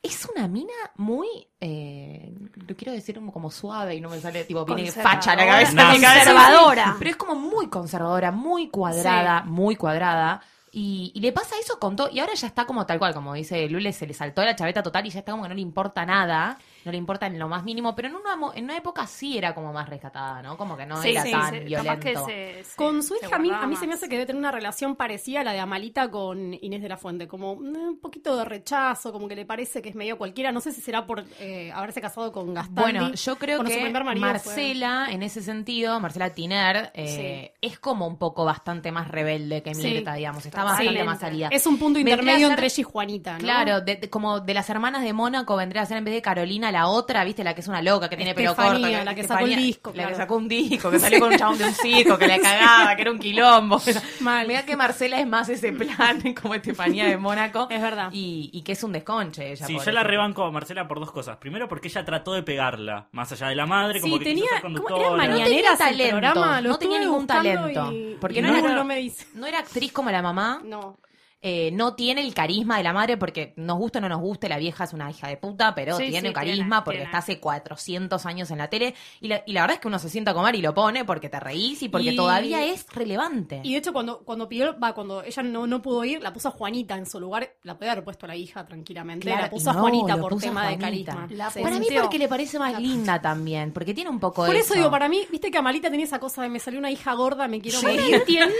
[SPEAKER 5] Es una mina muy, eh, lo quiero decir como, como suave y no me sale, tipo, viene facha la cabeza.
[SPEAKER 4] Conservadora.
[SPEAKER 5] me cae-
[SPEAKER 6] Conservadora.
[SPEAKER 5] Pero es como muy conservadora, muy cuadrada, muy cuadrada. Y, y le pasa eso con todo. Y ahora ya está como tal cual, como dice Lule, se le saltó la chaveta total y ya está como que no le importa nada. No le importa en lo más mínimo. Pero en una, mo- en una época sí era como más rescatada, ¿no? Como que no
[SPEAKER 6] Sí,
[SPEAKER 5] era
[SPEAKER 6] sí,
[SPEAKER 5] tan
[SPEAKER 6] se- capaz que
[SPEAKER 5] violento.
[SPEAKER 6] se- se-
[SPEAKER 3] Con su
[SPEAKER 6] se
[SPEAKER 3] hija, a mí, a
[SPEAKER 6] guardaba
[SPEAKER 3] mí se me
[SPEAKER 6] más.
[SPEAKER 3] hace que debe tener una relación parecida a la de Amalita con Inés de la Fuente, como mm, un poquito de rechazo, como que le parece que es medio cualquiera, no sé si será por eh, haberse casado con Gastón.
[SPEAKER 5] Bueno, yo creo
[SPEAKER 3] Bueno, su
[SPEAKER 5] que
[SPEAKER 3] primer marido
[SPEAKER 5] Marcela, en ese sentido, Marcela Tiner, eh, es como un poco bastante más rebelde que
[SPEAKER 3] Sí.
[SPEAKER 5] Mirta, digamos. Está bastante
[SPEAKER 3] Totalmente.
[SPEAKER 5] más salida.
[SPEAKER 3] es un punto
[SPEAKER 5] Vendría a
[SPEAKER 3] intermedio
[SPEAKER 5] ser-
[SPEAKER 3] entre ella y Juanita, ¿no?
[SPEAKER 5] Claro, de- de- como de las hermanas de Mónaco vendría a ser en vez de Carolina la otra, viste, la que es una loca, que tiene pelo corto.
[SPEAKER 3] Estefanía, la que sacó
[SPEAKER 5] Estefanía,
[SPEAKER 3] el disco,
[SPEAKER 5] La
[SPEAKER 3] claro.
[SPEAKER 5] que sacó un disco, que salió con un chabón de un circo, que la cagaba, que era un quilombo.
[SPEAKER 3] Mal.
[SPEAKER 5] Mira que Marcela es más ese plan como Estefanía de Mónaco.
[SPEAKER 3] Es verdad.
[SPEAKER 5] Y, y que es un desconche ella.
[SPEAKER 4] Sí,
[SPEAKER 5] por
[SPEAKER 4] yo la
[SPEAKER 5] eso.
[SPEAKER 4] rebanco a Marcela por dos cosas. Primero, porque ella trató de pegarla, más allá de la madre, como
[SPEAKER 3] Sí,
[SPEAKER 4] que quiso
[SPEAKER 3] tenía,
[SPEAKER 4] ser
[SPEAKER 3] ¿cómo
[SPEAKER 4] conductora.
[SPEAKER 3] eran
[SPEAKER 5] tenía
[SPEAKER 3] mañaneras el
[SPEAKER 5] talento,
[SPEAKER 3] programa? Lo
[SPEAKER 5] no tenía
[SPEAKER 3] estuve
[SPEAKER 5] ningún
[SPEAKER 3] buscando
[SPEAKER 5] talento,
[SPEAKER 3] y-
[SPEAKER 5] porque
[SPEAKER 3] y
[SPEAKER 4] no
[SPEAKER 3] Google
[SPEAKER 5] era-
[SPEAKER 3] no me dice.
[SPEAKER 5] No era actriz como la mamá.
[SPEAKER 3] No.
[SPEAKER 5] eh, no tiene el carisma de la madre porque nos guste o no nos guste, la vieja es una hija de puta, pero
[SPEAKER 6] Sí,
[SPEAKER 5] tiene
[SPEAKER 6] sí,
[SPEAKER 5] carisma
[SPEAKER 6] tiene,
[SPEAKER 5] porque
[SPEAKER 6] tiene.
[SPEAKER 5] está hace 400 años en la tele y la, y la verdad es que uno se sienta a comer y lo pone porque te reís y porque
[SPEAKER 3] Y-
[SPEAKER 5] todavía es relevante.
[SPEAKER 3] Y de hecho, cuando, cuando pidió, va, cuando ella no, no pudo ir, la puso a Juanita en su lugar, la podía haber puesto a la hija tranquilamente,
[SPEAKER 5] Claro,
[SPEAKER 3] la puso
[SPEAKER 5] y
[SPEAKER 3] a
[SPEAKER 5] no,
[SPEAKER 3] Juanita
[SPEAKER 5] lo
[SPEAKER 3] por
[SPEAKER 5] puso a
[SPEAKER 3] tema de
[SPEAKER 5] Juanita.
[SPEAKER 3] carisma.
[SPEAKER 6] La
[SPEAKER 3] Sí.
[SPEAKER 5] para mí
[SPEAKER 6] Punteo.
[SPEAKER 5] porque le parece más linda también, porque tiene un poco
[SPEAKER 3] Por
[SPEAKER 5] de
[SPEAKER 3] eso digo, para mí, viste que Amalita tenía esa cosa de me salió una hija gorda, me quiero morir.
[SPEAKER 6] Entiendo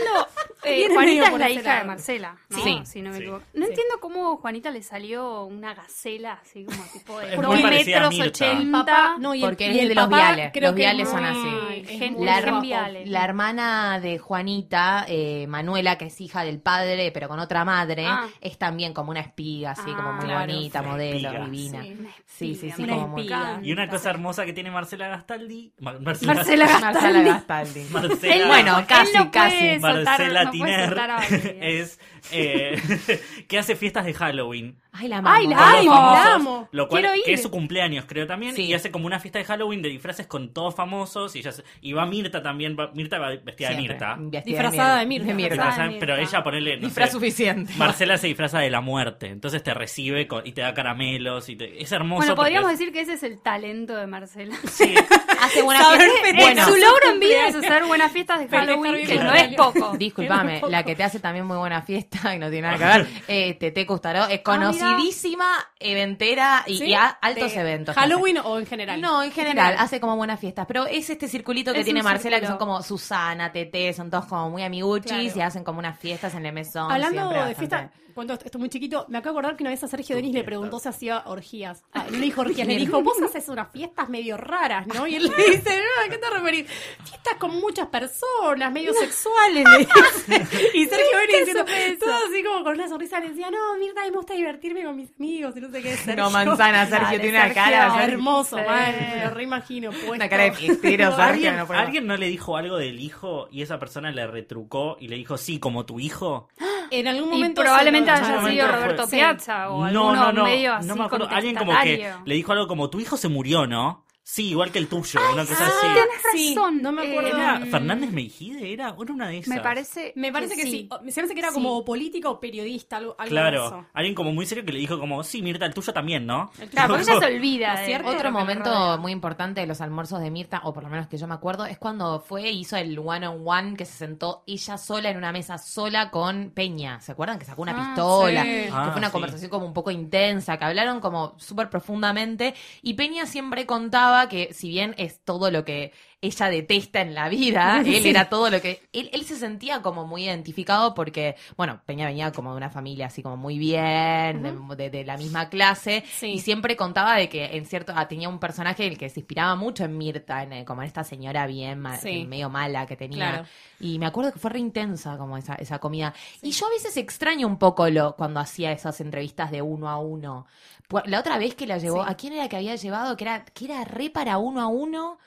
[SPEAKER 6] Eh,
[SPEAKER 3] Viene medio
[SPEAKER 6] Juanita es
[SPEAKER 3] por
[SPEAKER 6] la
[SPEAKER 3] ese
[SPEAKER 6] hija
[SPEAKER 3] lado.
[SPEAKER 6] de Marcela, ¿no?
[SPEAKER 5] Sí.
[SPEAKER 6] si no me
[SPEAKER 4] Sí.
[SPEAKER 6] equivoco. No
[SPEAKER 3] Sí.
[SPEAKER 6] entiendo cómo Juanita le salió una gacela así como tipo de
[SPEAKER 4] Es
[SPEAKER 6] unos
[SPEAKER 4] muy parecida a
[SPEAKER 6] metros
[SPEAKER 4] Mirta.
[SPEAKER 3] El
[SPEAKER 6] ochenta.
[SPEAKER 3] papá, no, y el,
[SPEAKER 5] Porque
[SPEAKER 3] y
[SPEAKER 5] es
[SPEAKER 3] el
[SPEAKER 5] de los
[SPEAKER 3] papá
[SPEAKER 5] viales.
[SPEAKER 3] creo
[SPEAKER 5] Los
[SPEAKER 3] que-
[SPEAKER 5] viales son
[SPEAKER 3] Ay,
[SPEAKER 5] así.
[SPEAKER 3] es
[SPEAKER 6] Gen-
[SPEAKER 3] muy
[SPEAKER 5] La,
[SPEAKER 3] raro.
[SPEAKER 5] herma-
[SPEAKER 6] Viales.
[SPEAKER 5] la hermana de Juanita, eh, Manuela, que es hija del padre, pero con otra madre,
[SPEAKER 6] Ah.
[SPEAKER 5] es también como una espiga, así
[SPEAKER 6] Ah,
[SPEAKER 5] como muy
[SPEAKER 3] claro.
[SPEAKER 5] bonita,
[SPEAKER 4] Una
[SPEAKER 5] modelo,
[SPEAKER 4] espiga.
[SPEAKER 5] divina.
[SPEAKER 6] Sí, una
[SPEAKER 5] Sí, sí, sí,
[SPEAKER 6] espiga,
[SPEAKER 5] como
[SPEAKER 6] me
[SPEAKER 5] muy-
[SPEAKER 6] encanta.
[SPEAKER 4] Y una cosa hermosa que tiene Marcela Gastaldi. Mar- Marcela.
[SPEAKER 6] Marcela
[SPEAKER 5] Marcela
[SPEAKER 6] Gastaldi.
[SPEAKER 5] Gastaldi.
[SPEAKER 4] Marcela-
[SPEAKER 6] Él-
[SPEAKER 5] Bueno,
[SPEAKER 6] él
[SPEAKER 5] casi,
[SPEAKER 6] no puede
[SPEAKER 5] casi.
[SPEAKER 6] soltar-
[SPEAKER 4] Marcela
[SPEAKER 6] no puede
[SPEAKER 4] Tiner
[SPEAKER 6] soltar a Valeria.
[SPEAKER 4] es eh, que hace fiestas de Halloween.
[SPEAKER 5] Ay, la
[SPEAKER 6] Ay,
[SPEAKER 5] amo.
[SPEAKER 6] la
[SPEAKER 4] Todos
[SPEAKER 6] amo,
[SPEAKER 4] famosos,
[SPEAKER 6] la amo.
[SPEAKER 4] Lo cual
[SPEAKER 6] Quiero ir.
[SPEAKER 4] que es su cumpleaños, creo también.
[SPEAKER 5] Sí.
[SPEAKER 4] Y hace como una fiesta de Halloween de disfraces con todos famosos. Y, ella se- y va Mirta también. va- Mirta va vestida
[SPEAKER 5] Siempre.
[SPEAKER 4] de Mirta.
[SPEAKER 5] Vestida
[SPEAKER 3] Disfrazada de Mirta.
[SPEAKER 5] Mirta.
[SPEAKER 4] Disfrazada,
[SPEAKER 6] Mirta.
[SPEAKER 4] pero ella ponele. no
[SPEAKER 5] Disfraz
[SPEAKER 4] sé,
[SPEAKER 5] suficiente.
[SPEAKER 4] Marcela se disfraza de la muerte. Entonces te recibe con- y te da caramelos. y te- Es hermoso.
[SPEAKER 6] Bueno,
[SPEAKER 4] porque
[SPEAKER 6] podríamos
[SPEAKER 4] es-
[SPEAKER 6] decir que ese es el talento de Marcela.
[SPEAKER 4] Sí.
[SPEAKER 5] Hace buena
[SPEAKER 3] Saber
[SPEAKER 5] fiesta.
[SPEAKER 3] festejar.
[SPEAKER 5] Bueno,
[SPEAKER 6] su logro en vida es hacer buenas fiestas de
[SPEAKER 3] Festejar
[SPEAKER 6] Halloween,
[SPEAKER 3] bien
[SPEAKER 6] que
[SPEAKER 4] con
[SPEAKER 6] no
[SPEAKER 4] los
[SPEAKER 6] es
[SPEAKER 3] años.
[SPEAKER 6] poco.
[SPEAKER 5] Disculpame, la que te hace también muy buena fiesta y no tiene nada que ver, eh, Tete Custaró, es conocidísima, eventera y,
[SPEAKER 3] Ah, Sí,
[SPEAKER 5] y a- altos
[SPEAKER 3] de
[SPEAKER 5] eventos. que
[SPEAKER 3] Halloween o en general.
[SPEAKER 5] No, en general, hace como buenas fiestas. Pero es este circulito que
[SPEAKER 6] Es
[SPEAKER 5] tiene
[SPEAKER 6] un
[SPEAKER 5] Marcela, que son
[SPEAKER 6] círculo.
[SPEAKER 5] como Susana, Tete, son todos como muy amiguchis
[SPEAKER 3] Claro.
[SPEAKER 5] y hacen como unas fiestas en el mesón.
[SPEAKER 3] Hablando
[SPEAKER 5] Ah, siempre
[SPEAKER 3] de
[SPEAKER 5] bastante.
[SPEAKER 3] fiesta, cuento esto esto muy chiquito, me acabo de acordar que una vez a Sergio Denis le
[SPEAKER 4] fiestas.
[SPEAKER 3] preguntó si hacía orgías. Ah, no le dijo orgías, le dijo, vos haces unas fiestas medio raras, ¿no? Y él le dice, no, ¿a qué te referís? Fiestas con muchas personas, medio sexuales, le dice. Y Sergio Denis diciendo, todo así como con una sonrisa, le decía, no, Mirta, a mí me gusta divertirme con mis amigos y no sé qué. Sergio.
[SPEAKER 5] No, manzana, Sergio,
[SPEAKER 6] Dale,
[SPEAKER 5] tiene una
[SPEAKER 6] Sergio.
[SPEAKER 5] cara. Sergio.
[SPEAKER 3] Hermoso,
[SPEAKER 6] Sí.
[SPEAKER 3] man, me lo reimagino. Puesto.
[SPEAKER 5] Una cara de fiestero, Sergio.
[SPEAKER 4] ¿Alguien,
[SPEAKER 5] no puedo.
[SPEAKER 4] alguien no le dijo algo del hijo y esa persona le retrucó y le dijo, sí, como tu hijo?
[SPEAKER 3] En algún
[SPEAKER 6] Y
[SPEAKER 3] momento.
[SPEAKER 6] probablemente
[SPEAKER 4] se lo-
[SPEAKER 6] haya
[SPEAKER 4] Momento
[SPEAKER 6] sido
[SPEAKER 4] fue-
[SPEAKER 6] Roberto
[SPEAKER 3] Sí.
[SPEAKER 6] Piazza o alguno medio así
[SPEAKER 4] no me acuerdo. Alguien como que
[SPEAKER 6] contestatario.
[SPEAKER 4] le dijo algo como, tu hijo se murió, ¿no? Sí, igual que el tuyo, una cosa
[SPEAKER 3] sí,
[SPEAKER 4] así.
[SPEAKER 3] tenés
[SPEAKER 6] Sí,
[SPEAKER 3] Ah, razón. No me acuerdo.
[SPEAKER 4] Era
[SPEAKER 6] Mm.
[SPEAKER 4] Fernández Meijide, era, era una de esas.
[SPEAKER 6] Me parece,
[SPEAKER 3] Me parece que, sí. O- Me parece que era
[SPEAKER 6] Eh, Sí.
[SPEAKER 3] como política o periodista, algo, algo de
[SPEAKER 4] Claro,
[SPEAKER 3] eso.
[SPEAKER 4] alguien como muy serio que le dijo como, sí, Mirta, el tuyo también, ¿no?
[SPEAKER 6] Claro, porque ella se olvida.
[SPEAKER 3] ¿No es
[SPEAKER 6] de
[SPEAKER 3] cierto?
[SPEAKER 6] todo lo
[SPEAKER 5] Otro
[SPEAKER 6] que nos
[SPEAKER 5] momento
[SPEAKER 6] rodea.
[SPEAKER 5] muy importante de los almuerzos de Mirta, o por lo menos que yo me acuerdo, es cuando fue e hizo el one on one que se sentó ella sola en una mesa sola con Peña. ¿Se acuerdan que sacó una
[SPEAKER 6] Ah,
[SPEAKER 5] pistola?
[SPEAKER 3] sí.
[SPEAKER 5] Que
[SPEAKER 4] Ah,
[SPEAKER 5] fue una
[SPEAKER 4] sí.
[SPEAKER 5] conversación como un poco intensa, que hablaron como súper profundamente. Y Peña siempre contaba que, si bien es todo lo que ella detesta en la vida, él era todo lo que. Él, él se sentía como muy identificado porque, bueno, Peña venía como de una familia así como muy bien, de- de, de la misma clase.
[SPEAKER 3] Sí.
[SPEAKER 5] Y siempre contaba de que en cierto ah, tenía un personaje el que se inspiraba mucho en Mirta, en, eh, como en esta señora bien ma- eh,
[SPEAKER 3] Sí.
[SPEAKER 5] medio mala que tenía.
[SPEAKER 3] Claro.
[SPEAKER 5] Y me acuerdo que fue re intensa como esa, esa comida. Y yo a veces extraño un poco lo cuando hacía esas entrevistas de uno a uno. Pu- La otra vez que la llevó,
[SPEAKER 3] Sí.
[SPEAKER 5] ¿a quién era que había llevado? Que era, que era re para uno a uno.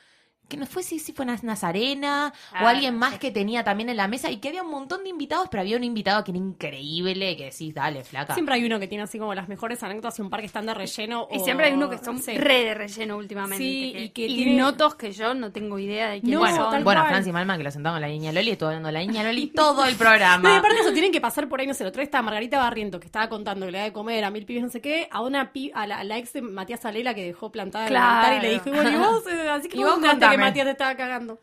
[SPEAKER 5] Que no fue si, si fue Naz- Nazarena o
[SPEAKER 6] Ah,
[SPEAKER 5] alguien
[SPEAKER 6] no
[SPEAKER 5] más
[SPEAKER 6] sé.
[SPEAKER 5] que tenía también en la mesa y que había un montón de invitados, pero había un invitado que era increíble, que decís, dale, flaca.
[SPEAKER 3] Siempre hay uno que tiene así como las mejores anécdotas y un par que están de relleno.
[SPEAKER 6] Y
[SPEAKER 3] o-
[SPEAKER 6] siempre hay uno que son
[SPEAKER 3] Sí.
[SPEAKER 6] re de relleno últimamente.
[SPEAKER 3] Sí,
[SPEAKER 6] que-
[SPEAKER 3] y que tiene-
[SPEAKER 6] notos que yo no tengo idea de quién
[SPEAKER 3] No,
[SPEAKER 5] Bueno,
[SPEAKER 6] son.
[SPEAKER 3] tal
[SPEAKER 5] bueno,
[SPEAKER 3] cual.
[SPEAKER 5] Francis Malman que lo sentaba con la niña Loli, estuvo hablando de la niña Loli todo el programa.
[SPEAKER 3] No, y aparte eso tienen que pasar por ahí, no sé, la otra vez estaba Margarita Barriento, que estaba contando que le da de comer a mil pibes, no sé qué, a una pi- a la, a la ex de Matías Alela que dejó plantada en el
[SPEAKER 6] Claro.
[SPEAKER 3] altar y le dijo, y bueno, y vos, Eh, así que
[SPEAKER 5] Y
[SPEAKER 3] vos
[SPEAKER 5] vos
[SPEAKER 3] contaste
[SPEAKER 5] contame.
[SPEAKER 3] que Matías te estaba cagando.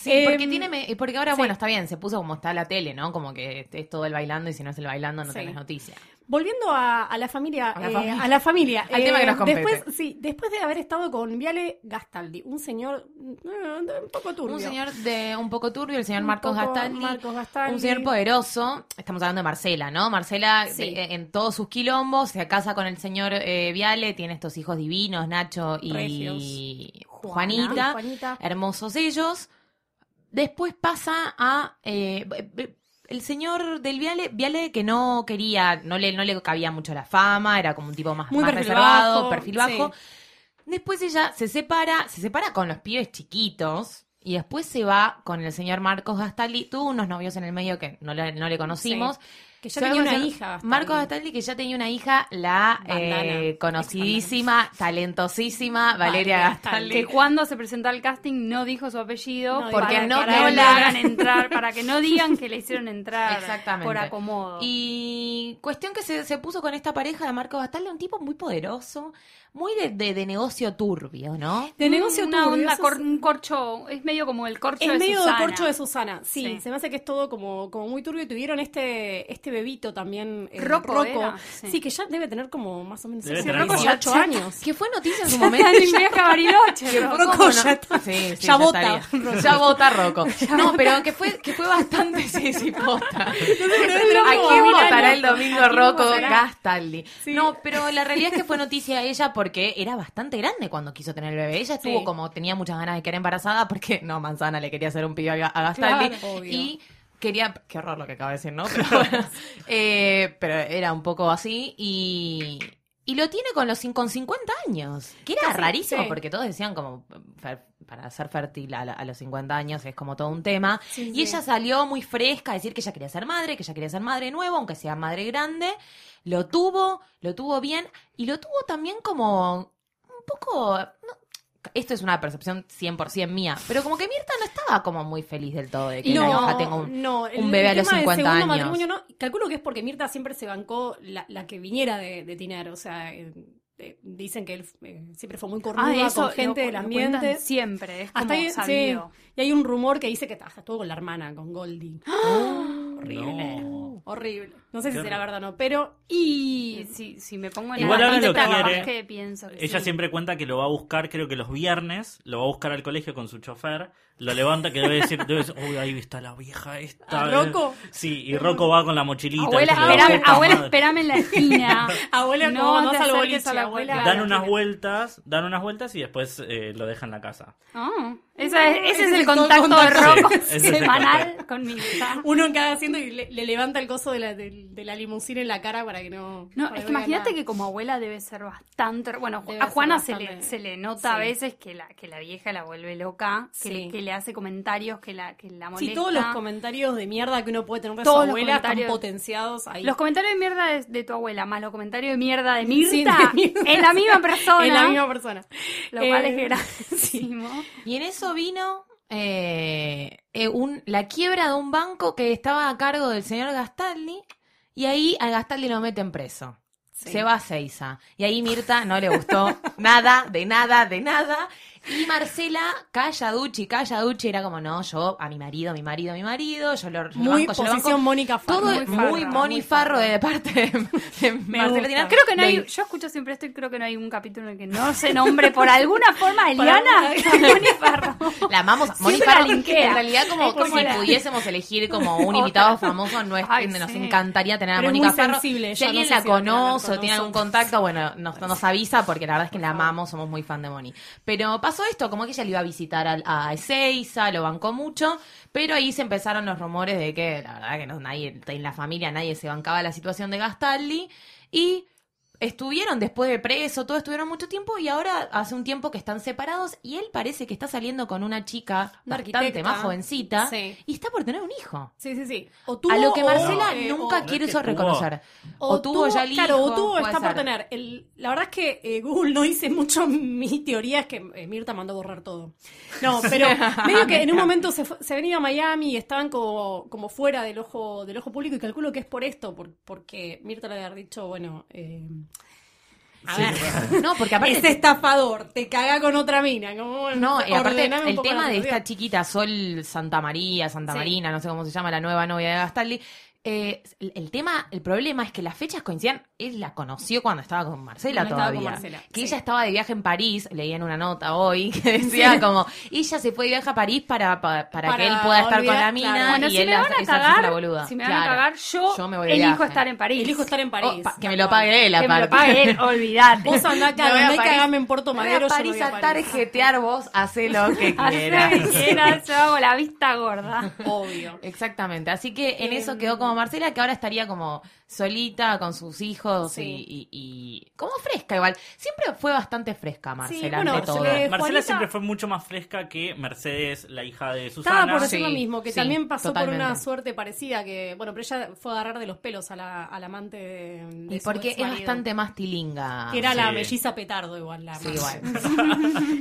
[SPEAKER 5] Sí,
[SPEAKER 3] Eh,
[SPEAKER 5] porque tiene me- porque ahora,
[SPEAKER 3] sí.
[SPEAKER 5] bueno, está bien, se puso como está la tele, ¿no? Como que es- es todo el bailando y si no es el bailando no
[SPEAKER 3] Sí.
[SPEAKER 5] tenés noticia.
[SPEAKER 3] Volviendo a, a la familia,
[SPEAKER 5] A la
[SPEAKER 3] eh,
[SPEAKER 5] familia.
[SPEAKER 3] a la familia. eh,
[SPEAKER 5] Al tema que nos compete.
[SPEAKER 3] Después, sí, después de haber estado con Viale Gastaldi, un señor eh, un poco turbio.
[SPEAKER 5] Un señor de un poco turbio, el señor
[SPEAKER 3] Un
[SPEAKER 5] Marcos
[SPEAKER 3] poco
[SPEAKER 5] Gastaldi.
[SPEAKER 3] Marcos Gastaldi.
[SPEAKER 5] Un señor poderoso. Estamos hablando de Marcela, ¿no? Marcela
[SPEAKER 3] Sí.
[SPEAKER 5] de- en todos sus quilombos se casa con el señor eh, Viale, tiene estos hijos divinos, Nacho y
[SPEAKER 3] Regios.
[SPEAKER 5] Juanita.
[SPEAKER 3] Juanita.
[SPEAKER 5] Hermosos ellos. Después pasa a eh, b- b- el señor del Viale, Viale que no quería, no le, no le cabía mucho la fama, era como un tipo más,
[SPEAKER 3] Muy
[SPEAKER 5] más
[SPEAKER 3] perfil
[SPEAKER 5] reservado,
[SPEAKER 3] bajo,
[SPEAKER 5] perfil
[SPEAKER 3] sí.
[SPEAKER 5] bajo. Después ella se separa, se separa con los pibes chiquitos y después se va con el señor Marcos Gastaldi. Tuvo unos novios en el medio que no le, no le conocimos.
[SPEAKER 3] Que ya
[SPEAKER 5] Se va
[SPEAKER 3] tenía
[SPEAKER 5] con el
[SPEAKER 3] una
[SPEAKER 5] señor
[SPEAKER 3] hija. Gastaldi.
[SPEAKER 5] Marcos Gastaldi que ya tenía una hija, la
[SPEAKER 3] Bandana.
[SPEAKER 5] eh, conocidísima, talentosísima Valeria
[SPEAKER 3] Valeria
[SPEAKER 5] Gastaldi.
[SPEAKER 6] Que cuando se presentó al casting no dijo su apellido
[SPEAKER 3] No,
[SPEAKER 5] porque
[SPEAKER 6] para
[SPEAKER 5] no
[SPEAKER 6] que no
[SPEAKER 5] quería.
[SPEAKER 6] la hagan entrar, para que no digan que le hicieron entrar
[SPEAKER 5] Exactamente.
[SPEAKER 6] por acomodo.
[SPEAKER 5] Y cuestión que se, se puso con esta pareja de Marcos Gastaldi, un tipo muy poderoso, muy de, de- de negocio turbio, ¿no?
[SPEAKER 3] de negocio
[SPEAKER 6] una
[SPEAKER 3] turbio,
[SPEAKER 6] onda
[SPEAKER 3] eso
[SPEAKER 6] cor-
[SPEAKER 3] es-
[SPEAKER 6] un corcho, es medio como el corcho
[SPEAKER 3] Es
[SPEAKER 6] de
[SPEAKER 3] medio
[SPEAKER 6] Susana.
[SPEAKER 3] corcho de Susana, sí,
[SPEAKER 6] Sí.
[SPEAKER 3] se me hace que es todo como, como muy turbio. Tuvieron este, este este bebito también. eh,
[SPEAKER 6] Rocco
[SPEAKER 3] Rocco.
[SPEAKER 6] era,
[SPEAKER 3] sí.
[SPEAKER 6] sí.
[SPEAKER 3] que ya debe tener como más o menos
[SPEAKER 4] Debe
[SPEAKER 3] ese
[SPEAKER 4] tener
[SPEAKER 3] Rocco
[SPEAKER 4] como-
[SPEAKER 3] ya 8 años.
[SPEAKER 5] Que fue noticia en su
[SPEAKER 6] este Momento.
[SPEAKER 5] momento.
[SPEAKER 6] a Bariloche.
[SPEAKER 5] Rocco,
[SPEAKER 6] ¿no?
[SPEAKER 3] Rocco
[SPEAKER 5] ¿cómo
[SPEAKER 3] ya
[SPEAKER 5] no?
[SPEAKER 3] está.
[SPEAKER 5] Sí, sí,
[SPEAKER 3] Ya vota.
[SPEAKER 5] estaría. Ya vota Rocco. No, pero que fue, que fue bastante sisipota.
[SPEAKER 3] Rocco
[SPEAKER 5] ¿A quién
[SPEAKER 3] Babilano.
[SPEAKER 5] votará el domingo
[SPEAKER 3] ¿A quién
[SPEAKER 5] Rocco
[SPEAKER 3] votará?
[SPEAKER 5] Gastaldi?
[SPEAKER 3] Sí.
[SPEAKER 5] No, pero la realidad es que fue noticia ella porque era bastante grande cuando quiso tener el bebé. Ella estuvo
[SPEAKER 3] Sí.
[SPEAKER 5] como, tenía muchas ganas de quedar embarazada porque, no, Manzana le quería hacer un pibe a a Gastaldi.
[SPEAKER 3] Claro, obvio.
[SPEAKER 5] y quería, qué horror lo que acabo de decir, ¿no? Pero, bueno, eh, pero era un poco así y... Y lo tiene con los cin- con 50 años. Que era
[SPEAKER 3] Casi,
[SPEAKER 5] rarísimo
[SPEAKER 3] sí.
[SPEAKER 5] porque todos decían como fer- para ser fértil a, la- a los 50 años es como todo un tema.
[SPEAKER 3] Sí,
[SPEAKER 5] y
[SPEAKER 3] sí.
[SPEAKER 5] ella salió muy fresca a decir que ella quería ser madre, que ella quería ser madre nueva, aunque sea madre grande. Lo tuvo, lo tuvo bien y lo tuvo también como un poco... no, esto es una percepción 100% mía, pero como que Mirta no estaba como muy feliz del todo de que la hija tenga un...
[SPEAKER 3] no, el-
[SPEAKER 5] un bebé a
[SPEAKER 3] el
[SPEAKER 5] los
[SPEAKER 3] tema del
[SPEAKER 5] 50
[SPEAKER 3] segundo
[SPEAKER 5] años.
[SPEAKER 3] matrimonio no. Calculo que es porque Mirta siempre se bancó la, la que viniera de, de Tinar. O sea, eh, eh, dicen que él eh, siempre fue muy cornuda con gente
[SPEAKER 6] Ah, lo-
[SPEAKER 3] del
[SPEAKER 6] lo
[SPEAKER 3] ambiente.
[SPEAKER 6] cuentan siempre, es como
[SPEAKER 3] Hasta ahí, sí.
[SPEAKER 6] sabido.
[SPEAKER 3] Y hay un rumor que dice que hasta estuvo con la hermana, con Goldie. Horrible.
[SPEAKER 4] No.
[SPEAKER 3] Horrible. No sé si
[SPEAKER 4] Qué
[SPEAKER 3] será
[SPEAKER 4] horrible.
[SPEAKER 3] verdad o no, pero. Y.
[SPEAKER 6] Y si, si me pongo en
[SPEAKER 4] Igual
[SPEAKER 6] la
[SPEAKER 4] ahora lo
[SPEAKER 6] capaz
[SPEAKER 4] quiere.
[SPEAKER 6] que pienso que
[SPEAKER 4] Ella
[SPEAKER 6] sí.
[SPEAKER 4] siempre cuenta que lo va a buscar, creo que los viernes, lo va a buscar al colegio con su chofer, lo levanta que debe decir, debe decir, uy, ahí está la vieja esta. eh".
[SPEAKER 3] ¿A Rocco?
[SPEAKER 4] Sí, y Rocco va con la mochilita.
[SPEAKER 6] Abuela,
[SPEAKER 4] ¿viste? Le da
[SPEAKER 6] esperame,
[SPEAKER 4] vueltas,
[SPEAKER 6] abuela,
[SPEAKER 4] madre.
[SPEAKER 6] esperame en la esquina.
[SPEAKER 3] Abuela,
[SPEAKER 6] No
[SPEAKER 3] no, no,
[SPEAKER 6] te
[SPEAKER 3] vas al
[SPEAKER 6] acerques
[SPEAKER 3] boliche,
[SPEAKER 6] a la
[SPEAKER 3] abuela.
[SPEAKER 6] abuela.
[SPEAKER 4] Dan unas vueltas, dan unas vueltas y después eh, lo deja en la casa.
[SPEAKER 6] Ah, esa es- ese es el
[SPEAKER 3] todo el
[SPEAKER 6] contacto, de
[SPEAKER 3] contacto.
[SPEAKER 6] Rocco
[SPEAKER 4] Sí, ese es el
[SPEAKER 6] semanal con mi hija.
[SPEAKER 3] Uno en cada asiento y le, le levanta el coso de la, del- de la limusina en la cara para que no.
[SPEAKER 6] No,
[SPEAKER 3] para
[SPEAKER 6] es que
[SPEAKER 3] no vea
[SPEAKER 6] imagínate
[SPEAKER 3] nada.
[SPEAKER 6] que como abuela debe ser bastante. Bueno,
[SPEAKER 3] Debe
[SPEAKER 6] a
[SPEAKER 3] ser
[SPEAKER 6] Juana se le,
[SPEAKER 3] bastante-
[SPEAKER 6] se le nota a
[SPEAKER 3] sí.
[SPEAKER 6] veces que la, que la vieja la vuelve loca, que,
[SPEAKER 3] Sí.
[SPEAKER 6] le, que le hace comentarios, que la, que la molesta.
[SPEAKER 3] Sí, todos los comentarios de mierda que uno puede tener de
[SPEAKER 6] Todos
[SPEAKER 3] su
[SPEAKER 6] los
[SPEAKER 3] abuela están
[SPEAKER 6] comentarios.
[SPEAKER 3] potenciados ahí.
[SPEAKER 6] Los comentarios de mierda de, de tu abuela, más los comentarios de mierda de Mirta,
[SPEAKER 3] Sí, de mierda.
[SPEAKER 6] en la misma persona.
[SPEAKER 3] En la misma persona.
[SPEAKER 6] Lo cual
[SPEAKER 3] Eh,
[SPEAKER 6] es gravísimo.
[SPEAKER 5] Y en eso vino eh, eh, un, la quiebra de un banco que estaba a cargo del señor Gastaldi y ahí a Gastaldi lo meten preso.
[SPEAKER 3] Sí.
[SPEAKER 5] Se va a Seiza. Y ahí Mirta no le gustó nada, de nada, de nada. Y Marcela, calla Duchi, calla Duchi, era como, no, yo a mi marido, mi marido, mi marido, yo lo, yo lo
[SPEAKER 3] Muy
[SPEAKER 5] banco, yo lo banco.
[SPEAKER 3] posición Mónica Farro.
[SPEAKER 5] Todo
[SPEAKER 6] Muy
[SPEAKER 5] es muy
[SPEAKER 6] farra,
[SPEAKER 5] Moni
[SPEAKER 6] muy
[SPEAKER 5] Farro
[SPEAKER 6] farra.
[SPEAKER 5] de parte de, de Marcela
[SPEAKER 3] gusta.
[SPEAKER 5] Tinelli.
[SPEAKER 6] Creo que no hay,
[SPEAKER 5] Lo-
[SPEAKER 6] yo escucho siempre esto y creo que no hay un capítulo en el que no se nombre por alguna forma Eliana
[SPEAKER 3] Por Ah,
[SPEAKER 6] Moni Farro.
[SPEAKER 5] La amamos. Moni
[SPEAKER 6] Siempre
[SPEAKER 5] Farrow,
[SPEAKER 6] la linkea.
[SPEAKER 5] En realidad, como,
[SPEAKER 6] Es como
[SPEAKER 5] si
[SPEAKER 6] la-
[SPEAKER 5] pudiésemos elegir como un
[SPEAKER 6] Otra.
[SPEAKER 5] invitado famoso, no es-
[SPEAKER 6] Ay,
[SPEAKER 5] nos
[SPEAKER 6] sí.
[SPEAKER 5] encantaría tener a
[SPEAKER 3] Pero es
[SPEAKER 5] Mónica
[SPEAKER 3] muy
[SPEAKER 5] Farro. Si
[SPEAKER 3] sensible, ella
[SPEAKER 5] alguien
[SPEAKER 3] no sé si va
[SPEAKER 5] la
[SPEAKER 3] a querer hablar
[SPEAKER 5] conoce o
[SPEAKER 3] con
[SPEAKER 5] tiene algún
[SPEAKER 3] nosotros.
[SPEAKER 5] contacto, bueno, nos, nos avisa porque la verdad es que la amamos, somos muy fan de Moni. Pero pasó esto, como que ella le iba a visitar al- a, Ezeiza, lo bancó mucho, pero ahí se empezaron los rumores de que la verdad que no, nadie, en la familia nadie se bancaba la situación de Gastaldi y estuvieron después de preso, todos estuvieron mucho tiempo y ahora hace un tiempo que están separados y él parece que está saliendo con una chica
[SPEAKER 3] Una
[SPEAKER 5] bastante
[SPEAKER 3] arquitecta.
[SPEAKER 5] más jovencita
[SPEAKER 3] Sí.
[SPEAKER 5] y está por tener un hijo.
[SPEAKER 3] Sí, sí, sí. O
[SPEAKER 5] a lo que
[SPEAKER 3] o-
[SPEAKER 5] Marcela
[SPEAKER 3] eh,
[SPEAKER 5] nunca
[SPEAKER 3] o-
[SPEAKER 5] quiere
[SPEAKER 4] es
[SPEAKER 5] eso
[SPEAKER 4] que tuvo.
[SPEAKER 5] reconocer. O, tuvo, ya el hijo.
[SPEAKER 3] Claro, o tuvo,
[SPEAKER 5] puede
[SPEAKER 3] está por
[SPEAKER 5] ser.
[SPEAKER 3] tener. El- la verdad es que eh, Google no dice mucho mi teoría, es que eh, Mirta mandó borrar todo. No, pero medio que en un momento se, fue- se venía a Miami y estaban como, como fuera del ojo, del ojo público y calculo que es por esto, por- porque Mirta le había dicho, bueno... eh, a
[SPEAKER 4] Sí,
[SPEAKER 3] ver,
[SPEAKER 5] No, porque aparte
[SPEAKER 3] es estafador, te caga con otra mina. Como, bueno,
[SPEAKER 5] No, y aparte
[SPEAKER 3] ordename un
[SPEAKER 5] el
[SPEAKER 3] poco la
[SPEAKER 5] tema de
[SPEAKER 3] relación.
[SPEAKER 5] esta chiquita Sol Santa María, Santa
[SPEAKER 3] Sí.
[SPEAKER 5] Marina, no sé cómo se llama la nueva novia de Gastaldi. eh, el, el tema, el problema es que las fechas coincidan. Él la conoció cuando estaba con Marcela
[SPEAKER 3] Cuando estaba
[SPEAKER 5] todavía.
[SPEAKER 3] con Marcela,
[SPEAKER 5] que
[SPEAKER 3] sí.
[SPEAKER 5] ella estaba de viaje en París, leía en una nota hoy que decía como ella se fue de viaje a París para, para, para que
[SPEAKER 3] Para
[SPEAKER 5] él pueda estar con
[SPEAKER 3] olvidar-
[SPEAKER 5] la mina
[SPEAKER 3] claro.
[SPEAKER 5] y
[SPEAKER 6] Bueno, si
[SPEAKER 5] él
[SPEAKER 6] me
[SPEAKER 5] la-
[SPEAKER 6] van a
[SPEAKER 5] esa se hizo la
[SPEAKER 6] cagar,
[SPEAKER 5] boluda.
[SPEAKER 6] si me van
[SPEAKER 5] Claro.
[SPEAKER 6] a cagar, yo,
[SPEAKER 5] Yo me voy de
[SPEAKER 6] elijo
[SPEAKER 5] viaje.
[SPEAKER 6] estar en París.
[SPEAKER 3] Elijo estar en París.
[SPEAKER 5] Oh, pa- que me
[SPEAKER 3] tal
[SPEAKER 5] lo
[SPEAKER 3] cual.
[SPEAKER 5] pague él
[SPEAKER 6] Que me lo
[SPEAKER 5] aparte.
[SPEAKER 6] pague él, olvidate.
[SPEAKER 3] Vos andá acá,
[SPEAKER 5] Me voy a
[SPEAKER 3] andá y
[SPEAKER 5] París.
[SPEAKER 3] cagame en Puerto
[SPEAKER 5] Voy
[SPEAKER 3] Oh, Madero. yo
[SPEAKER 5] a
[SPEAKER 3] me voy
[SPEAKER 5] París a tarjetear vos, hacé lo que
[SPEAKER 6] Hacé
[SPEAKER 5] quieras.
[SPEAKER 6] lo que quieras, yo hago la vista gorda.
[SPEAKER 3] Obvio.
[SPEAKER 5] Exactamente, así que en
[SPEAKER 3] Eh,
[SPEAKER 5] eso quedó como Marcela, que ahora estaría como solita con sus hijos
[SPEAKER 3] Sí.
[SPEAKER 5] y, y- y como fresca igual. Siempre fue bastante fresca Marcela
[SPEAKER 3] Sí, bueno,
[SPEAKER 5] ante todo.
[SPEAKER 3] se le- Eh,
[SPEAKER 4] Marcela
[SPEAKER 3] Juanita-
[SPEAKER 4] siempre fue mucho más fresca que Mercedes, la hija de Susana.
[SPEAKER 3] Estaba por decir lo
[SPEAKER 5] Sí,
[SPEAKER 3] mismo, que
[SPEAKER 5] sí,
[SPEAKER 3] también pasó por una
[SPEAKER 5] totalmente.
[SPEAKER 3] suerte parecida, que, bueno, pero ella fue a agarrar de los pelos a la, al amante de, de
[SPEAKER 5] Y
[SPEAKER 3] su
[SPEAKER 5] porque es
[SPEAKER 3] exmarido.
[SPEAKER 5] bastante más tilinga.
[SPEAKER 3] Que era la
[SPEAKER 4] Sí.
[SPEAKER 3] melliza petardo igual. La
[SPEAKER 5] Sí,
[SPEAKER 3] amante.
[SPEAKER 5] igual.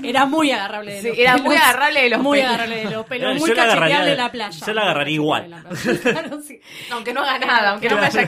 [SPEAKER 3] Era muy agarrable de
[SPEAKER 5] Sí,
[SPEAKER 3] los
[SPEAKER 5] era
[SPEAKER 3] pelos.
[SPEAKER 5] muy agarrable de los
[SPEAKER 3] Muy
[SPEAKER 5] pelos.
[SPEAKER 3] agarrable de los pelos,
[SPEAKER 4] Yo
[SPEAKER 3] muy
[SPEAKER 4] la agarraría
[SPEAKER 3] cacheteable
[SPEAKER 4] de-
[SPEAKER 3] la playa.
[SPEAKER 4] yo la agarraría igual.
[SPEAKER 3] Claro, sí.
[SPEAKER 5] Aunque no haga nada, aunque no me haya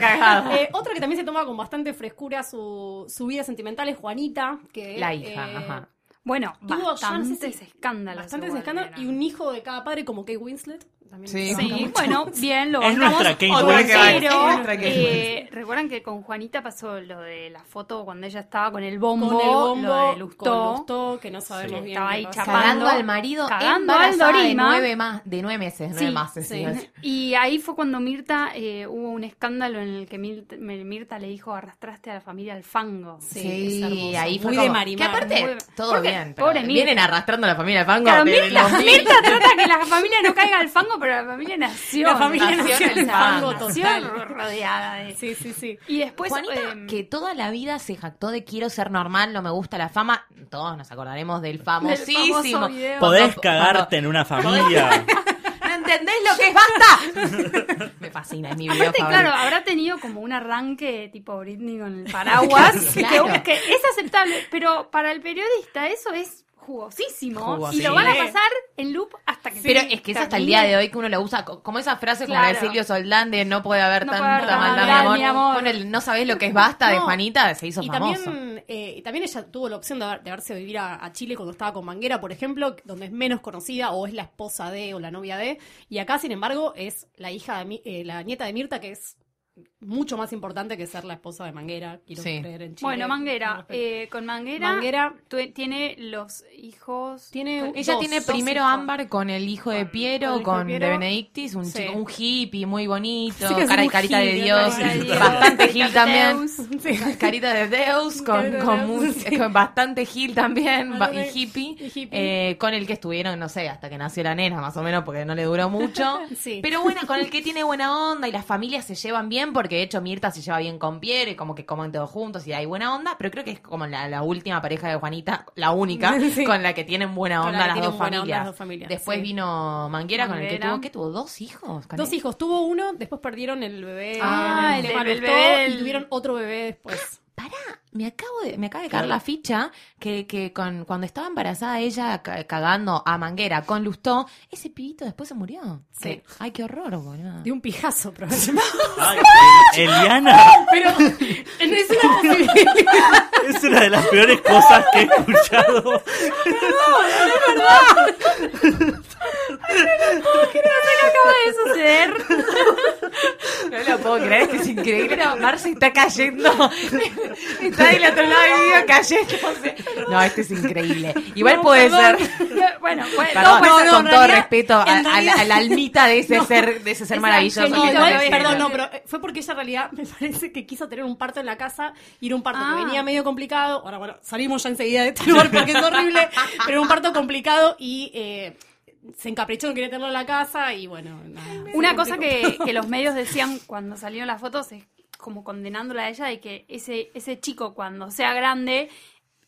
[SPEAKER 5] cagado.
[SPEAKER 3] Eh, otra que también se toma con bastante frescura su, su vida sentimental es Juanita, que
[SPEAKER 5] La hija,
[SPEAKER 3] eh,
[SPEAKER 5] ajá.
[SPEAKER 6] Bueno,
[SPEAKER 3] Tuvo, yo no sé
[SPEAKER 6] bastantes
[SPEAKER 3] si-
[SPEAKER 6] escándalos.
[SPEAKER 3] Bastantes
[SPEAKER 6] igual
[SPEAKER 3] escándalos
[SPEAKER 6] eran.
[SPEAKER 3] y un hijo de cada padre como Kate Winslet. También
[SPEAKER 5] Sí.
[SPEAKER 3] se
[SPEAKER 6] Sí,
[SPEAKER 3] banca mucho.
[SPEAKER 6] bueno, bien, lo
[SPEAKER 4] Es
[SPEAKER 6] bancamos.
[SPEAKER 4] nuestra Kate
[SPEAKER 5] Otra
[SPEAKER 6] Pero,
[SPEAKER 5] Kate, es nuestra Kate.
[SPEAKER 6] eh, recuerdan que con Juanita pasó lo de la foto cuando ella estaba con el bombo,
[SPEAKER 3] con el bombo,
[SPEAKER 6] lo de
[SPEAKER 3] con
[SPEAKER 6] Lustó.
[SPEAKER 3] Lustó, que no sabemos
[SPEAKER 6] Sí.
[SPEAKER 3] bien.
[SPEAKER 6] Estaba
[SPEAKER 3] qué
[SPEAKER 6] ahí
[SPEAKER 3] pasa.
[SPEAKER 6] chapando.
[SPEAKER 5] Cagando al marido
[SPEAKER 6] Cagando
[SPEAKER 5] embarazada
[SPEAKER 6] al
[SPEAKER 5] de
[SPEAKER 6] Dorima.
[SPEAKER 5] nueve, más, de nueve meses, nueve
[SPEAKER 6] Sí,
[SPEAKER 5] meses.
[SPEAKER 3] sí.
[SPEAKER 5] iba a decir.
[SPEAKER 6] Y ahí fue cuando Mirta eh, hubo un escándalo en el que Mirta, Mirta le dijo arrastraste a la familia al fango.
[SPEAKER 3] Sí,
[SPEAKER 5] Sí,
[SPEAKER 3] es hermoso.
[SPEAKER 5] ahí fue
[SPEAKER 3] Muy
[SPEAKER 5] como-
[SPEAKER 3] de Marimar.
[SPEAKER 5] Que aparte,
[SPEAKER 6] muy de-
[SPEAKER 5] todo
[SPEAKER 6] Porque,
[SPEAKER 5] bien, pero
[SPEAKER 6] pobre Mirta.
[SPEAKER 5] vienen arrastrando a la familia de Fango.
[SPEAKER 6] Claro,
[SPEAKER 5] desde
[SPEAKER 6] Mirta,
[SPEAKER 5] los mil.
[SPEAKER 6] Mirta trata que la familia no caiga al fango, pero la familia nació.
[SPEAKER 3] La familia
[SPEAKER 5] nació en el fango
[SPEAKER 6] nació
[SPEAKER 3] total.
[SPEAKER 6] rodeada de...
[SPEAKER 3] Sí, sí, sí.
[SPEAKER 6] Y después...
[SPEAKER 5] Juanita,
[SPEAKER 6] em,
[SPEAKER 5] que toda la vida se jactó de quiero ser normal, no me gusta la fama. Todos nos acordaremos del famosísimo.
[SPEAKER 6] Del famoso video.
[SPEAKER 4] Podés
[SPEAKER 5] Cuando-
[SPEAKER 4] cagarte en una familia.
[SPEAKER 5] cuando- ¿No entendés lo que es? ¡Basta! me fascina, es mi video
[SPEAKER 6] Aparte,
[SPEAKER 5] favorito.
[SPEAKER 6] claro, habrá tenido como un arranque tipo Britney con el paraguas, que
[SPEAKER 5] Claro.
[SPEAKER 6] uno- que, es aceptable, pero para el periodista eso es jugosísimo y
[SPEAKER 5] Jugosísimo.
[SPEAKER 6] lo van a pasar en loop hasta que
[SPEAKER 5] Pero es que es hasta el día de hoy que uno lo usa, co- como esa frase como la de
[SPEAKER 6] Claro.
[SPEAKER 5] Silvio Soldán de no puede haber
[SPEAKER 6] No puede
[SPEAKER 5] tanta
[SPEAKER 6] haber tanta
[SPEAKER 5] maldad,
[SPEAKER 6] maldad,
[SPEAKER 5] mi
[SPEAKER 6] mi
[SPEAKER 5] amor.
[SPEAKER 6] amor.
[SPEAKER 5] Con el no sabés lo que es basta de
[SPEAKER 3] No.
[SPEAKER 5] Juanita, se hizo
[SPEAKER 3] Y
[SPEAKER 5] famoso.
[SPEAKER 3] también, eh, y también ella tuvo la opción de, haber- de haberse vivir a, a Chile cuando estaba con Manguera, por ejemplo, donde es menos conocida o es la esposa de o la novia de. Y acá, sin embargo, es la hija de Mi- eh, la nieta de Mirta, que es mucho más importante que ser la esposa de Manguera. Quiero
[SPEAKER 5] Sí.
[SPEAKER 3] creer en Chile.
[SPEAKER 6] Bueno, Manguera,
[SPEAKER 3] Eh,
[SPEAKER 6] eh, con Manguera,
[SPEAKER 3] Manguera
[SPEAKER 6] tu- tiene los hijos.
[SPEAKER 3] tiene.
[SPEAKER 5] Ella
[SPEAKER 3] dos-
[SPEAKER 5] tiene
[SPEAKER 3] dos
[SPEAKER 5] primero
[SPEAKER 3] hijos.
[SPEAKER 5] Ámbar con el hijo de
[SPEAKER 3] con el
[SPEAKER 5] Piero,
[SPEAKER 3] hijo de
[SPEAKER 5] con
[SPEAKER 3] Piero.
[SPEAKER 5] De Benedictis, un,
[SPEAKER 3] Sí.
[SPEAKER 5] chico, un hippie muy bonito,
[SPEAKER 3] Sí, que es
[SPEAKER 5] cara y
[SPEAKER 3] un
[SPEAKER 5] carita de
[SPEAKER 3] hippie,
[SPEAKER 5] Dios,
[SPEAKER 3] cara de Dios,
[SPEAKER 5] bastante
[SPEAKER 6] carita
[SPEAKER 5] Gil
[SPEAKER 6] de
[SPEAKER 5] también,
[SPEAKER 6] Deus.
[SPEAKER 5] carita de Deus, con,
[SPEAKER 3] Carita de
[SPEAKER 5] con,
[SPEAKER 3] Deus,
[SPEAKER 5] mu-
[SPEAKER 3] sí.
[SPEAKER 5] con bastante Gil también, ba- y
[SPEAKER 3] Bastante-
[SPEAKER 5] hippie,
[SPEAKER 3] y hippie.
[SPEAKER 5] eh, con el que estuvieron, no sé, hasta que nació la nena, más o menos, porque no le duró mucho.
[SPEAKER 3] Sí.
[SPEAKER 5] Pero bueno, con el que tiene buena onda y las familias se llevan bien, porque de hecho Mirta se lleva bien con Piero y como que comen todos juntos y hay buena onda, pero creo que es como la, la última pareja de Juanita, la única,
[SPEAKER 3] Sí.
[SPEAKER 5] con la que tienen buena
[SPEAKER 3] Con la
[SPEAKER 5] onda,
[SPEAKER 3] que
[SPEAKER 5] las
[SPEAKER 3] tienen
[SPEAKER 5] dos,
[SPEAKER 3] buena onda
[SPEAKER 5] familias.
[SPEAKER 3] las dos familias,
[SPEAKER 5] Después
[SPEAKER 3] sí.
[SPEAKER 5] vino Manguera, con el que
[SPEAKER 6] Manguera.
[SPEAKER 5] tuvo, ¿qué tuvo? ¿Dos hijos? con
[SPEAKER 3] Dos
[SPEAKER 5] él?
[SPEAKER 3] hijos. Tuvo uno, después perdieron el bebé.
[SPEAKER 5] Ah,
[SPEAKER 3] el,
[SPEAKER 6] el-
[SPEAKER 3] hermano
[SPEAKER 6] el
[SPEAKER 3] Gustavo,
[SPEAKER 6] bebé
[SPEAKER 3] Y
[SPEAKER 6] del-
[SPEAKER 3] tuvieron otro bebé después.
[SPEAKER 5] Me acabo de, me acaba de caer la ficha que, que con, cuando estaba embarazada ella ca- cagando a Manguera con Lustó, ese pibito después se murió.
[SPEAKER 3] Sí.
[SPEAKER 5] Que- ay, qué horror, boludo.
[SPEAKER 3] De un pijazo, probablemente.
[SPEAKER 4] Ay, Eliana
[SPEAKER 3] Pero es una posibilidad.
[SPEAKER 4] es una de las peores cosas que he escuchado.
[SPEAKER 6] acaba de suceder.
[SPEAKER 5] No lo puedo creer, que es increíble. Mira, Marce está cayendo. Está del otro lado del video cayéndose. No, esto es increíble. Igual
[SPEAKER 3] No,
[SPEAKER 5] puede
[SPEAKER 3] perdón.
[SPEAKER 5] ser.
[SPEAKER 6] bueno, bueno,
[SPEAKER 5] Perdón,
[SPEAKER 6] no, bueno,
[SPEAKER 5] con
[SPEAKER 6] en
[SPEAKER 5] todo
[SPEAKER 6] realidad-
[SPEAKER 5] respeto a,
[SPEAKER 3] en
[SPEAKER 5] a la-
[SPEAKER 3] realidad-
[SPEAKER 5] a la almita de ese ser, de ese ser
[SPEAKER 6] es
[SPEAKER 5] maravilloso.
[SPEAKER 3] No,
[SPEAKER 6] angelito,
[SPEAKER 3] igual,
[SPEAKER 6] lo es.
[SPEAKER 3] perdón, no, pero eh, fue porque ella en realidad me parece que quiso tener un parto en la casa y era un parto
[SPEAKER 6] Ah.
[SPEAKER 3] que venía medio complicado. Ahora, bueno, salimos ya enseguida de este lugar porque es horrible, pero era un parto complicado y eh, se encaprichó, no quería tenerlo en la casa y bueno, nada. se
[SPEAKER 6] Una cosa
[SPEAKER 3] complicó.
[SPEAKER 6] que, que los medios decían cuando salieron las fotos es como condenándola a ella de que ese, ese chico cuando sea grande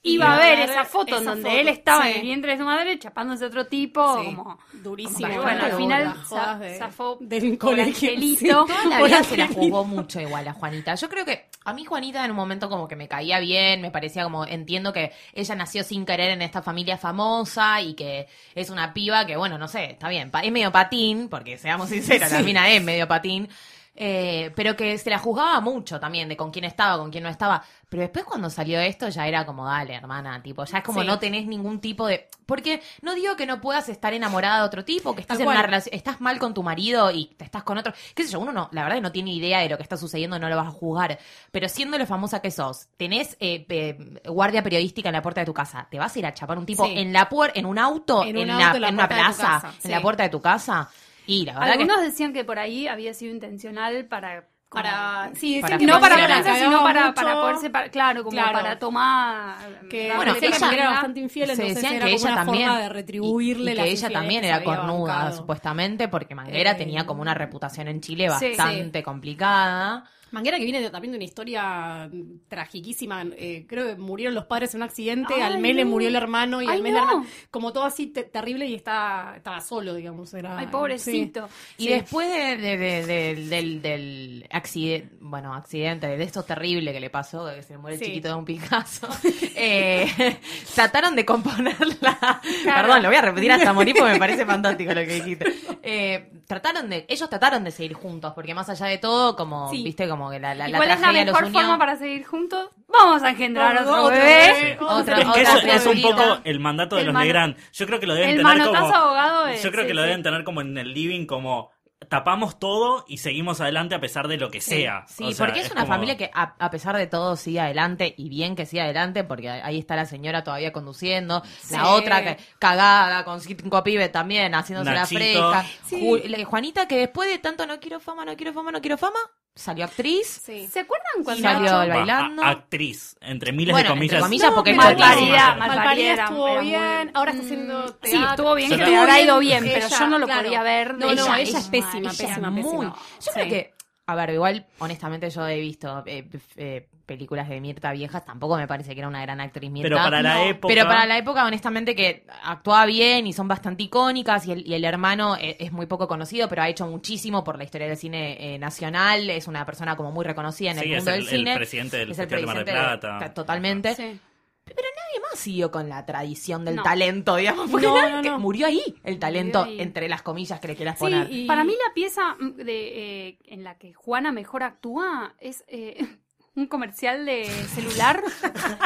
[SPEAKER 6] iba a ver esa foto en
[SPEAKER 3] esa
[SPEAKER 6] donde
[SPEAKER 3] foto,
[SPEAKER 6] él estaba
[SPEAKER 3] sí.
[SPEAKER 6] en el vientre de su madre chapándose a otro tipo,
[SPEAKER 3] Sí.
[SPEAKER 6] como...
[SPEAKER 3] durísimo.
[SPEAKER 5] Como
[SPEAKER 6] bueno,
[SPEAKER 5] bastante
[SPEAKER 6] al final
[SPEAKER 3] las
[SPEAKER 6] sa-
[SPEAKER 3] jodas de-
[SPEAKER 6] zafó
[SPEAKER 3] del
[SPEAKER 6] por
[SPEAKER 3] colegio.
[SPEAKER 6] Angelito.
[SPEAKER 3] sí.
[SPEAKER 5] Toda la
[SPEAKER 3] Por
[SPEAKER 5] vida se la
[SPEAKER 3] Angelina.
[SPEAKER 5] jugó mucho igual a Juanita. Yo creo que a mí Juanita en un momento como que me caía bien, me parecía como, entiendo que ella nació sin querer en esta familia famosa y que es una piba que, bueno, no sé, está bien, pa- es medio patín, porque seamos sinceros, la mina es medio patín. eh, pero que se la juzgaba mucho también de con quién estaba, con quién no estaba. Pero después cuando salió esto ya era como, dale, hermana, tipo, ya es como
[SPEAKER 3] Sí.
[SPEAKER 5] no tenés ningún tipo de... Porque no digo que no puedas estar enamorada de otro tipo, que estás
[SPEAKER 3] Tal
[SPEAKER 5] en una
[SPEAKER 3] cual.
[SPEAKER 5] relación si estás mal con tu marido y te estás con otro, qué sé yo, uno no, la verdad que no tiene idea de lo que está sucediendo, no lo vas a juzgar, pero siendo lo famosa que sos, tenés eh, pe- guardia periodística en la puerta de tu casa, te vas a ir a chapar un tipo
[SPEAKER 3] Sí.
[SPEAKER 5] en la puerta, en un auto, en,
[SPEAKER 3] En un
[SPEAKER 5] la-
[SPEAKER 3] auto en la
[SPEAKER 5] en una
[SPEAKER 3] puerta de tu
[SPEAKER 5] plaza,
[SPEAKER 3] casa,
[SPEAKER 5] en la
[SPEAKER 3] sí.
[SPEAKER 5] puerta de tu casa, y la verdad
[SPEAKER 6] Algunos decían que por ahí había sido intencional para... como-
[SPEAKER 3] Para, sí,
[SPEAKER 5] Para
[SPEAKER 3] decían que
[SPEAKER 6] no para
[SPEAKER 5] Marcela
[SPEAKER 3] Marcela
[SPEAKER 6] prensa,
[SPEAKER 3] la
[SPEAKER 6] sino
[SPEAKER 3] cagaba
[SPEAKER 6] para,
[SPEAKER 3] mucho,
[SPEAKER 6] para poder separar, claro, como
[SPEAKER 3] Claro.
[SPEAKER 6] para tomar...
[SPEAKER 3] que
[SPEAKER 6] darle
[SPEAKER 5] Bueno,
[SPEAKER 3] bueno,
[SPEAKER 5] que
[SPEAKER 3] ella
[SPEAKER 5] ella
[SPEAKER 3] era
[SPEAKER 6] manera.
[SPEAKER 3] bastante
[SPEAKER 5] que
[SPEAKER 3] infiel,
[SPEAKER 5] se
[SPEAKER 3] entonces
[SPEAKER 5] decían
[SPEAKER 3] era
[SPEAKER 5] que
[SPEAKER 3] como
[SPEAKER 5] ella
[SPEAKER 3] una
[SPEAKER 5] también
[SPEAKER 3] forma de
[SPEAKER 5] y-
[SPEAKER 3] retribuirle
[SPEAKER 5] y
[SPEAKER 3] las
[SPEAKER 5] que ella
[SPEAKER 3] infidelidades
[SPEAKER 5] también
[SPEAKER 3] que se
[SPEAKER 5] era
[SPEAKER 3] había
[SPEAKER 5] cornuda
[SPEAKER 3] bancado.
[SPEAKER 5] supuestamente porque Manguera
[SPEAKER 3] Eh,
[SPEAKER 5] tenía como una reputación en Chile
[SPEAKER 6] sí.
[SPEAKER 5] bastante complicada.
[SPEAKER 3] Manguera que viene de- también de una historia mm, tragiquísima. eh, creo que murieron los padres en un accidente,
[SPEAKER 6] Ay,
[SPEAKER 3] al mes le
[SPEAKER 6] no.
[SPEAKER 3] murió el hermano y
[SPEAKER 6] Ay,
[SPEAKER 3] al mes la
[SPEAKER 6] no.
[SPEAKER 3] hermana- Como todo así te- terrible y está, estaba solo, digamos. Era,
[SPEAKER 6] Ay,
[SPEAKER 3] sí.
[SPEAKER 6] pobrecito.
[SPEAKER 5] Y
[SPEAKER 3] Sí.
[SPEAKER 5] después de- de- de- de- del, del accidente, bueno, accidente, de esto terrible que le pasó, que se muere el
[SPEAKER 3] Sí.
[SPEAKER 5] chiquito de un Picasso, eh, trataron de componerla. Perdón, lo voy a repetir hasta morir porque me parece fantástico lo que dijiste. Eh, trataron de, ellos trataron de seguir juntos, porque más allá de todo, como,
[SPEAKER 3] Sí.
[SPEAKER 5] viste, como que la, la,
[SPEAKER 6] ¿Y
[SPEAKER 5] la
[SPEAKER 6] cuál es la
[SPEAKER 5] tragedia los
[SPEAKER 6] mejor
[SPEAKER 5] unió.
[SPEAKER 6] forma para seguir juntos? vamos a engendrar otro bebé.
[SPEAKER 5] Otra-
[SPEAKER 4] Es que
[SPEAKER 5] otra
[SPEAKER 4] eso es un
[SPEAKER 5] teoría.
[SPEAKER 4] poco el mandato de
[SPEAKER 6] El
[SPEAKER 4] los
[SPEAKER 6] mano-
[SPEAKER 4] Legrand. Yo creo que lo deben
[SPEAKER 6] El
[SPEAKER 4] tener
[SPEAKER 6] manotazo
[SPEAKER 4] como.
[SPEAKER 6] abogado es,
[SPEAKER 4] yo creo que
[SPEAKER 6] sí,
[SPEAKER 4] lo
[SPEAKER 6] sí.
[SPEAKER 4] deben tener como en el living, como tapamos todo y seguimos adelante a pesar de lo que sea.
[SPEAKER 5] Sí,
[SPEAKER 4] O sea,
[SPEAKER 5] porque es, una
[SPEAKER 4] como-
[SPEAKER 5] familia que a, a pesar de todo sigue adelante y bien que sigue adelante porque ahí está la señora todavía conduciendo,
[SPEAKER 3] Sí.
[SPEAKER 5] la otra que- cagada con cinco pibes también haciéndose
[SPEAKER 4] Nachito.
[SPEAKER 5] la fresca.
[SPEAKER 3] Sí.
[SPEAKER 5] Ju- la- Juanita que después de tanto no quiero fama, no quiero fama, no quiero fama, salió actriz.
[SPEAKER 3] Sí.
[SPEAKER 6] ¿Se acuerdan cuando
[SPEAKER 5] Salió
[SPEAKER 6] Nacho-
[SPEAKER 5] el
[SPEAKER 4] Va,
[SPEAKER 5] bailando.
[SPEAKER 4] a- actriz, entre miles
[SPEAKER 5] Bueno,
[SPEAKER 4] de
[SPEAKER 5] entre
[SPEAKER 4] comillas.
[SPEAKER 5] comillas, porque
[SPEAKER 3] pero
[SPEAKER 5] es malísima.
[SPEAKER 6] Malparida,
[SPEAKER 3] Malparida
[SPEAKER 6] malparida era-
[SPEAKER 3] estuvo
[SPEAKER 6] era muy- Mm.
[SPEAKER 3] bien. Ahora está haciendo
[SPEAKER 6] Sí,
[SPEAKER 3] teatro.
[SPEAKER 6] estuvo bien,
[SPEAKER 4] que le
[SPEAKER 3] Estuvo
[SPEAKER 6] habrá ido bien, pero yo no lo
[SPEAKER 3] claro.
[SPEAKER 6] podía ver.
[SPEAKER 3] No, no,
[SPEAKER 6] Ella
[SPEAKER 3] ella,
[SPEAKER 6] es
[SPEAKER 3] es pésima,
[SPEAKER 6] mal,
[SPEAKER 3] pésima,
[SPEAKER 5] muy-
[SPEAKER 3] pésima.
[SPEAKER 5] Yo creo
[SPEAKER 6] Sí.
[SPEAKER 5] que, a ver, igual, honestamente yo he visto eh, eh, películas de Mirta viejas, tampoco me parece que era una gran actriz Mirta.
[SPEAKER 4] Pero para la
[SPEAKER 5] No.
[SPEAKER 4] época-
[SPEAKER 5] Pero para la época, honestamente, que actuaba bien y son bastante icónicas y el, y el hermano e- es, muy poco conocido, pero ha hecho muchísimo por la historia del cine eh, nacional, es una persona como muy reconocida en el
[SPEAKER 4] Sí, es
[SPEAKER 5] mundo
[SPEAKER 4] el,
[SPEAKER 5] del
[SPEAKER 4] el
[SPEAKER 5] cine.
[SPEAKER 4] presidente del
[SPEAKER 5] es el
[SPEAKER 4] Festival de Mar del
[SPEAKER 5] presidente de-
[SPEAKER 4] Plata.
[SPEAKER 5] ta- totalmente.
[SPEAKER 6] Sí.
[SPEAKER 5] Nadie más siguió con la tradición del
[SPEAKER 6] No.
[SPEAKER 5] talento, digamos, porque
[SPEAKER 3] No,
[SPEAKER 5] nadie-
[SPEAKER 3] no,
[SPEAKER 5] que-
[SPEAKER 3] no.
[SPEAKER 5] murió ahí el talento,
[SPEAKER 6] ahí.
[SPEAKER 5] entre las comillas que le quieras
[SPEAKER 3] Sí,
[SPEAKER 5] poner.
[SPEAKER 3] y-
[SPEAKER 6] Para mí la pieza mm, de, eh, en la que Juana mejor actúa es eh, un comercial de celular.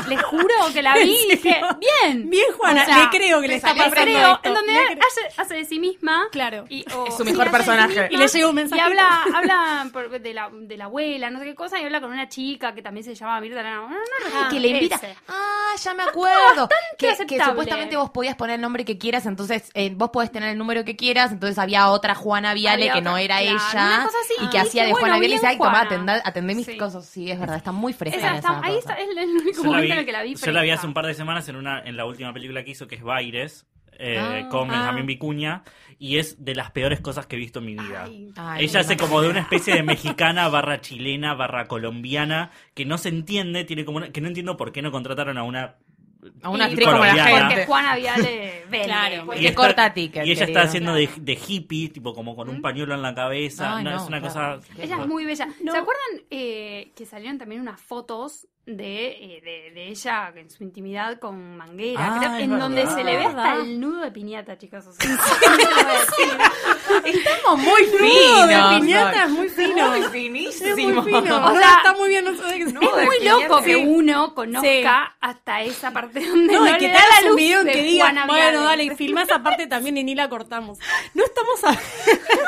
[SPEAKER 6] Les juro que la vi y dije, bien.
[SPEAKER 3] Bien, Juana,
[SPEAKER 6] O sea,
[SPEAKER 3] le creo que le está
[SPEAKER 6] le
[SPEAKER 3] pasando
[SPEAKER 6] creo,
[SPEAKER 3] esto.
[SPEAKER 6] en donde
[SPEAKER 3] Le creo.
[SPEAKER 6] hace, hace de sí misma.
[SPEAKER 3] Claro.
[SPEAKER 6] Y, o-
[SPEAKER 5] Es su
[SPEAKER 6] sí,
[SPEAKER 5] mejor
[SPEAKER 6] hace de sí
[SPEAKER 5] personaje.
[SPEAKER 6] misma
[SPEAKER 3] Y le llega un
[SPEAKER 6] Y
[SPEAKER 3] mensaje.
[SPEAKER 6] habla, habla por- de, la, de la abuela, no sé qué cosa, y habla con una chica que también se llama Mirta. No, no, no,
[SPEAKER 5] Y que le invita.
[SPEAKER 6] ese.
[SPEAKER 5] Ah, ya me acuerdo. Que, que
[SPEAKER 6] aceptable.
[SPEAKER 5] supuestamente vos podías poner el nombre que quieras, entonces eh, vos podés tener el número que quieras. Entonces había otra Juana Viale
[SPEAKER 6] Había
[SPEAKER 5] que
[SPEAKER 6] otra,
[SPEAKER 5] no era
[SPEAKER 6] claro,
[SPEAKER 5] ella
[SPEAKER 6] una cosa así.
[SPEAKER 5] y que
[SPEAKER 6] Ah.
[SPEAKER 5] hacía de
[SPEAKER 6] Dije,
[SPEAKER 5] Juana
[SPEAKER 6] bueno,
[SPEAKER 5] Viale y decía, ay,
[SPEAKER 6] bien,
[SPEAKER 5] tomá,
[SPEAKER 6] Juana.
[SPEAKER 5] atendá- atendé mis
[SPEAKER 6] Sí.
[SPEAKER 5] cosas. Sí, es verdad, está muy fresca.
[SPEAKER 6] Esa
[SPEAKER 5] en
[SPEAKER 6] está- ahí
[SPEAKER 5] cosa.
[SPEAKER 6] está, es el único
[SPEAKER 4] Yo la
[SPEAKER 6] momento
[SPEAKER 4] vi,
[SPEAKER 6] en el que la vi.
[SPEAKER 4] yo la vi
[SPEAKER 6] fresca.
[SPEAKER 4] hace un par de semanas en una en la última película que hizo, que es Baires, eh,
[SPEAKER 5] Ah.
[SPEAKER 4] con Benjamín
[SPEAKER 5] Ah.
[SPEAKER 4] Vicuña, y es de las peores cosas que he visto en mi vida.
[SPEAKER 6] Ay.
[SPEAKER 5] Ay,
[SPEAKER 4] Ella
[SPEAKER 5] me
[SPEAKER 4] hace
[SPEAKER 5] imagino.
[SPEAKER 4] como de una especie de mexicana barra chilena barra colombiana que no se entiende, tiene como una- que no entiendo por qué no contrataron a una
[SPEAKER 5] A una
[SPEAKER 6] Y-
[SPEAKER 5] actriz como la
[SPEAKER 4] colombiana.
[SPEAKER 5] gente.
[SPEAKER 6] Porque Juana Viale vende.
[SPEAKER 3] Claro.
[SPEAKER 6] porque-
[SPEAKER 5] Y es- corta ticket,
[SPEAKER 4] Y ella
[SPEAKER 5] querido. ¿Mm?
[SPEAKER 4] está haciendo de, de hippie, tipo como con un pañuelo en la cabeza,
[SPEAKER 5] Ay,
[SPEAKER 4] no,
[SPEAKER 5] no,
[SPEAKER 4] es una
[SPEAKER 5] claro.
[SPEAKER 4] cosa
[SPEAKER 6] Ella es muy bella.
[SPEAKER 3] No.
[SPEAKER 6] ¿Se acuerdan eh, que salieron también unas fotos de, eh, de, de ella en su intimidad con Manguera?
[SPEAKER 4] Ah,
[SPEAKER 6] creo,
[SPEAKER 4] es
[SPEAKER 6] en
[SPEAKER 4] verdad.
[SPEAKER 6] donde se le ve hasta
[SPEAKER 3] ¿Verdad?
[SPEAKER 6] el nudo de piñata, chicos. o sea, sí.
[SPEAKER 5] Estamos muy
[SPEAKER 3] Nudo de
[SPEAKER 5] finos.
[SPEAKER 3] piñata es muy fino.
[SPEAKER 5] Muy
[SPEAKER 3] Es
[SPEAKER 5] finísimo.
[SPEAKER 3] muy fino.
[SPEAKER 6] O
[SPEAKER 3] No,
[SPEAKER 6] sea,
[SPEAKER 3] está muy bien. No sé qué-
[SPEAKER 5] nudo de
[SPEAKER 6] es muy
[SPEAKER 5] piñata.
[SPEAKER 6] loco que
[SPEAKER 5] Sí.
[SPEAKER 6] uno conozca hasta esa parte donde no,
[SPEAKER 3] No, y
[SPEAKER 6] le
[SPEAKER 3] que te
[SPEAKER 6] da
[SPEAKER 3] hagas un
[SPEAKER 6] la luz
[SPEAKER 3] video en
[SPEAKER 6] de
[SPEAKER 3] que digas,
[SPEAKER 6] Juana
[SPEAKER 3] bueno,
[SPEAKER 6] Viale".
[SPEAKER 3] dale, y filmá esa parte también y ni la cortamos. No estamos a...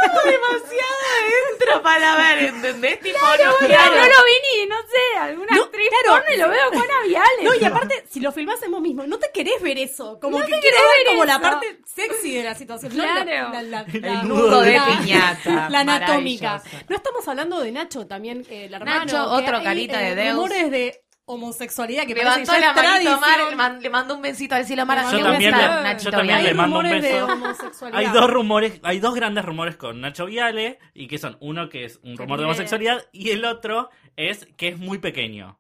[SPEAKER 5] demasiado adentro para ver, ¿entendés? Tipo, no,
[SPEAKER 6] Claro, no lo vi ni, no sé, alguna
[SPEAKER 3] No,
[SPEAKER 6] actriz
[SPEAKER 3] claro.
[SPEAKER 6] porno y lo veo con Juana Viale.
[SPEAKER 3] No, y aparte, si lo filmásemos vos mismo, no te querés ver eso. Como que
[SPEAKER 6] te
[SPEAKER 3] querés
[SPEAKER 6] querés
[SPEAKER 3] ver
[SPEAKER 6] ver
[SPEAKER 3] como la
[SPEAKER 6] eso.
[SPEAKER 3] parte sexy de la situación. no la-
[SPEAKER 6] Claro.
[SPEAKER 3] la- la-
[SPEAKER 4] El
[SPEAKER 3] la-
[SPEAKER 5] nudo de
[SPEAKER 3] la-
[SPEAKER 5] piñata.
[SPEAKER 3] La anatómica.
[SPEAKER 5] Maravilloso.
[SPEAKER 3] No estamos hablando de Nacho también, eh, el hermano. que
[SPEAKER 5] Nacho, otro
[SPEAKER 3] hay, eh,
[SPEAKER 5] carita de Deus.
[SPEAKER 3] rumores de homosexualidad que parece
[SPEAKER 5] Levantó
[SPEAKER 3] que ya
[SPEAKER 5] la
[SPEAKER 3] es
[SPEAKER 5] manito, Mar,
[SPEAKER 3] tradición.
[SPEAKER 5] le man- le mandó un besito al cielo, Mar.
[SPEAKER 3] Yo
[SPEAKER 5] así que
[SPEAKER 3] también
[SPEAKER 5] besar,
[SPEAKER 3] le-
[SPEAKER 5] Nachito
[SPEAKER 4] yo también
[SPEAKER 5] Viale.
[SPEAKER 3] Hay
[SPEAKER 4] le mando un
[SPEAKER 3] rumores de
[SPEAKER 4] beso.
[SPEAKER 3] homosexualidad.
[SPEAKER 4] Hay dos rumores, hay dos grandes rumores con Nacho Viale y que son uno que es un rumor de
[SPEAKER 6] tiene-
[SPEAKER 4] homosexualidad y el otro es que es muy pequeño,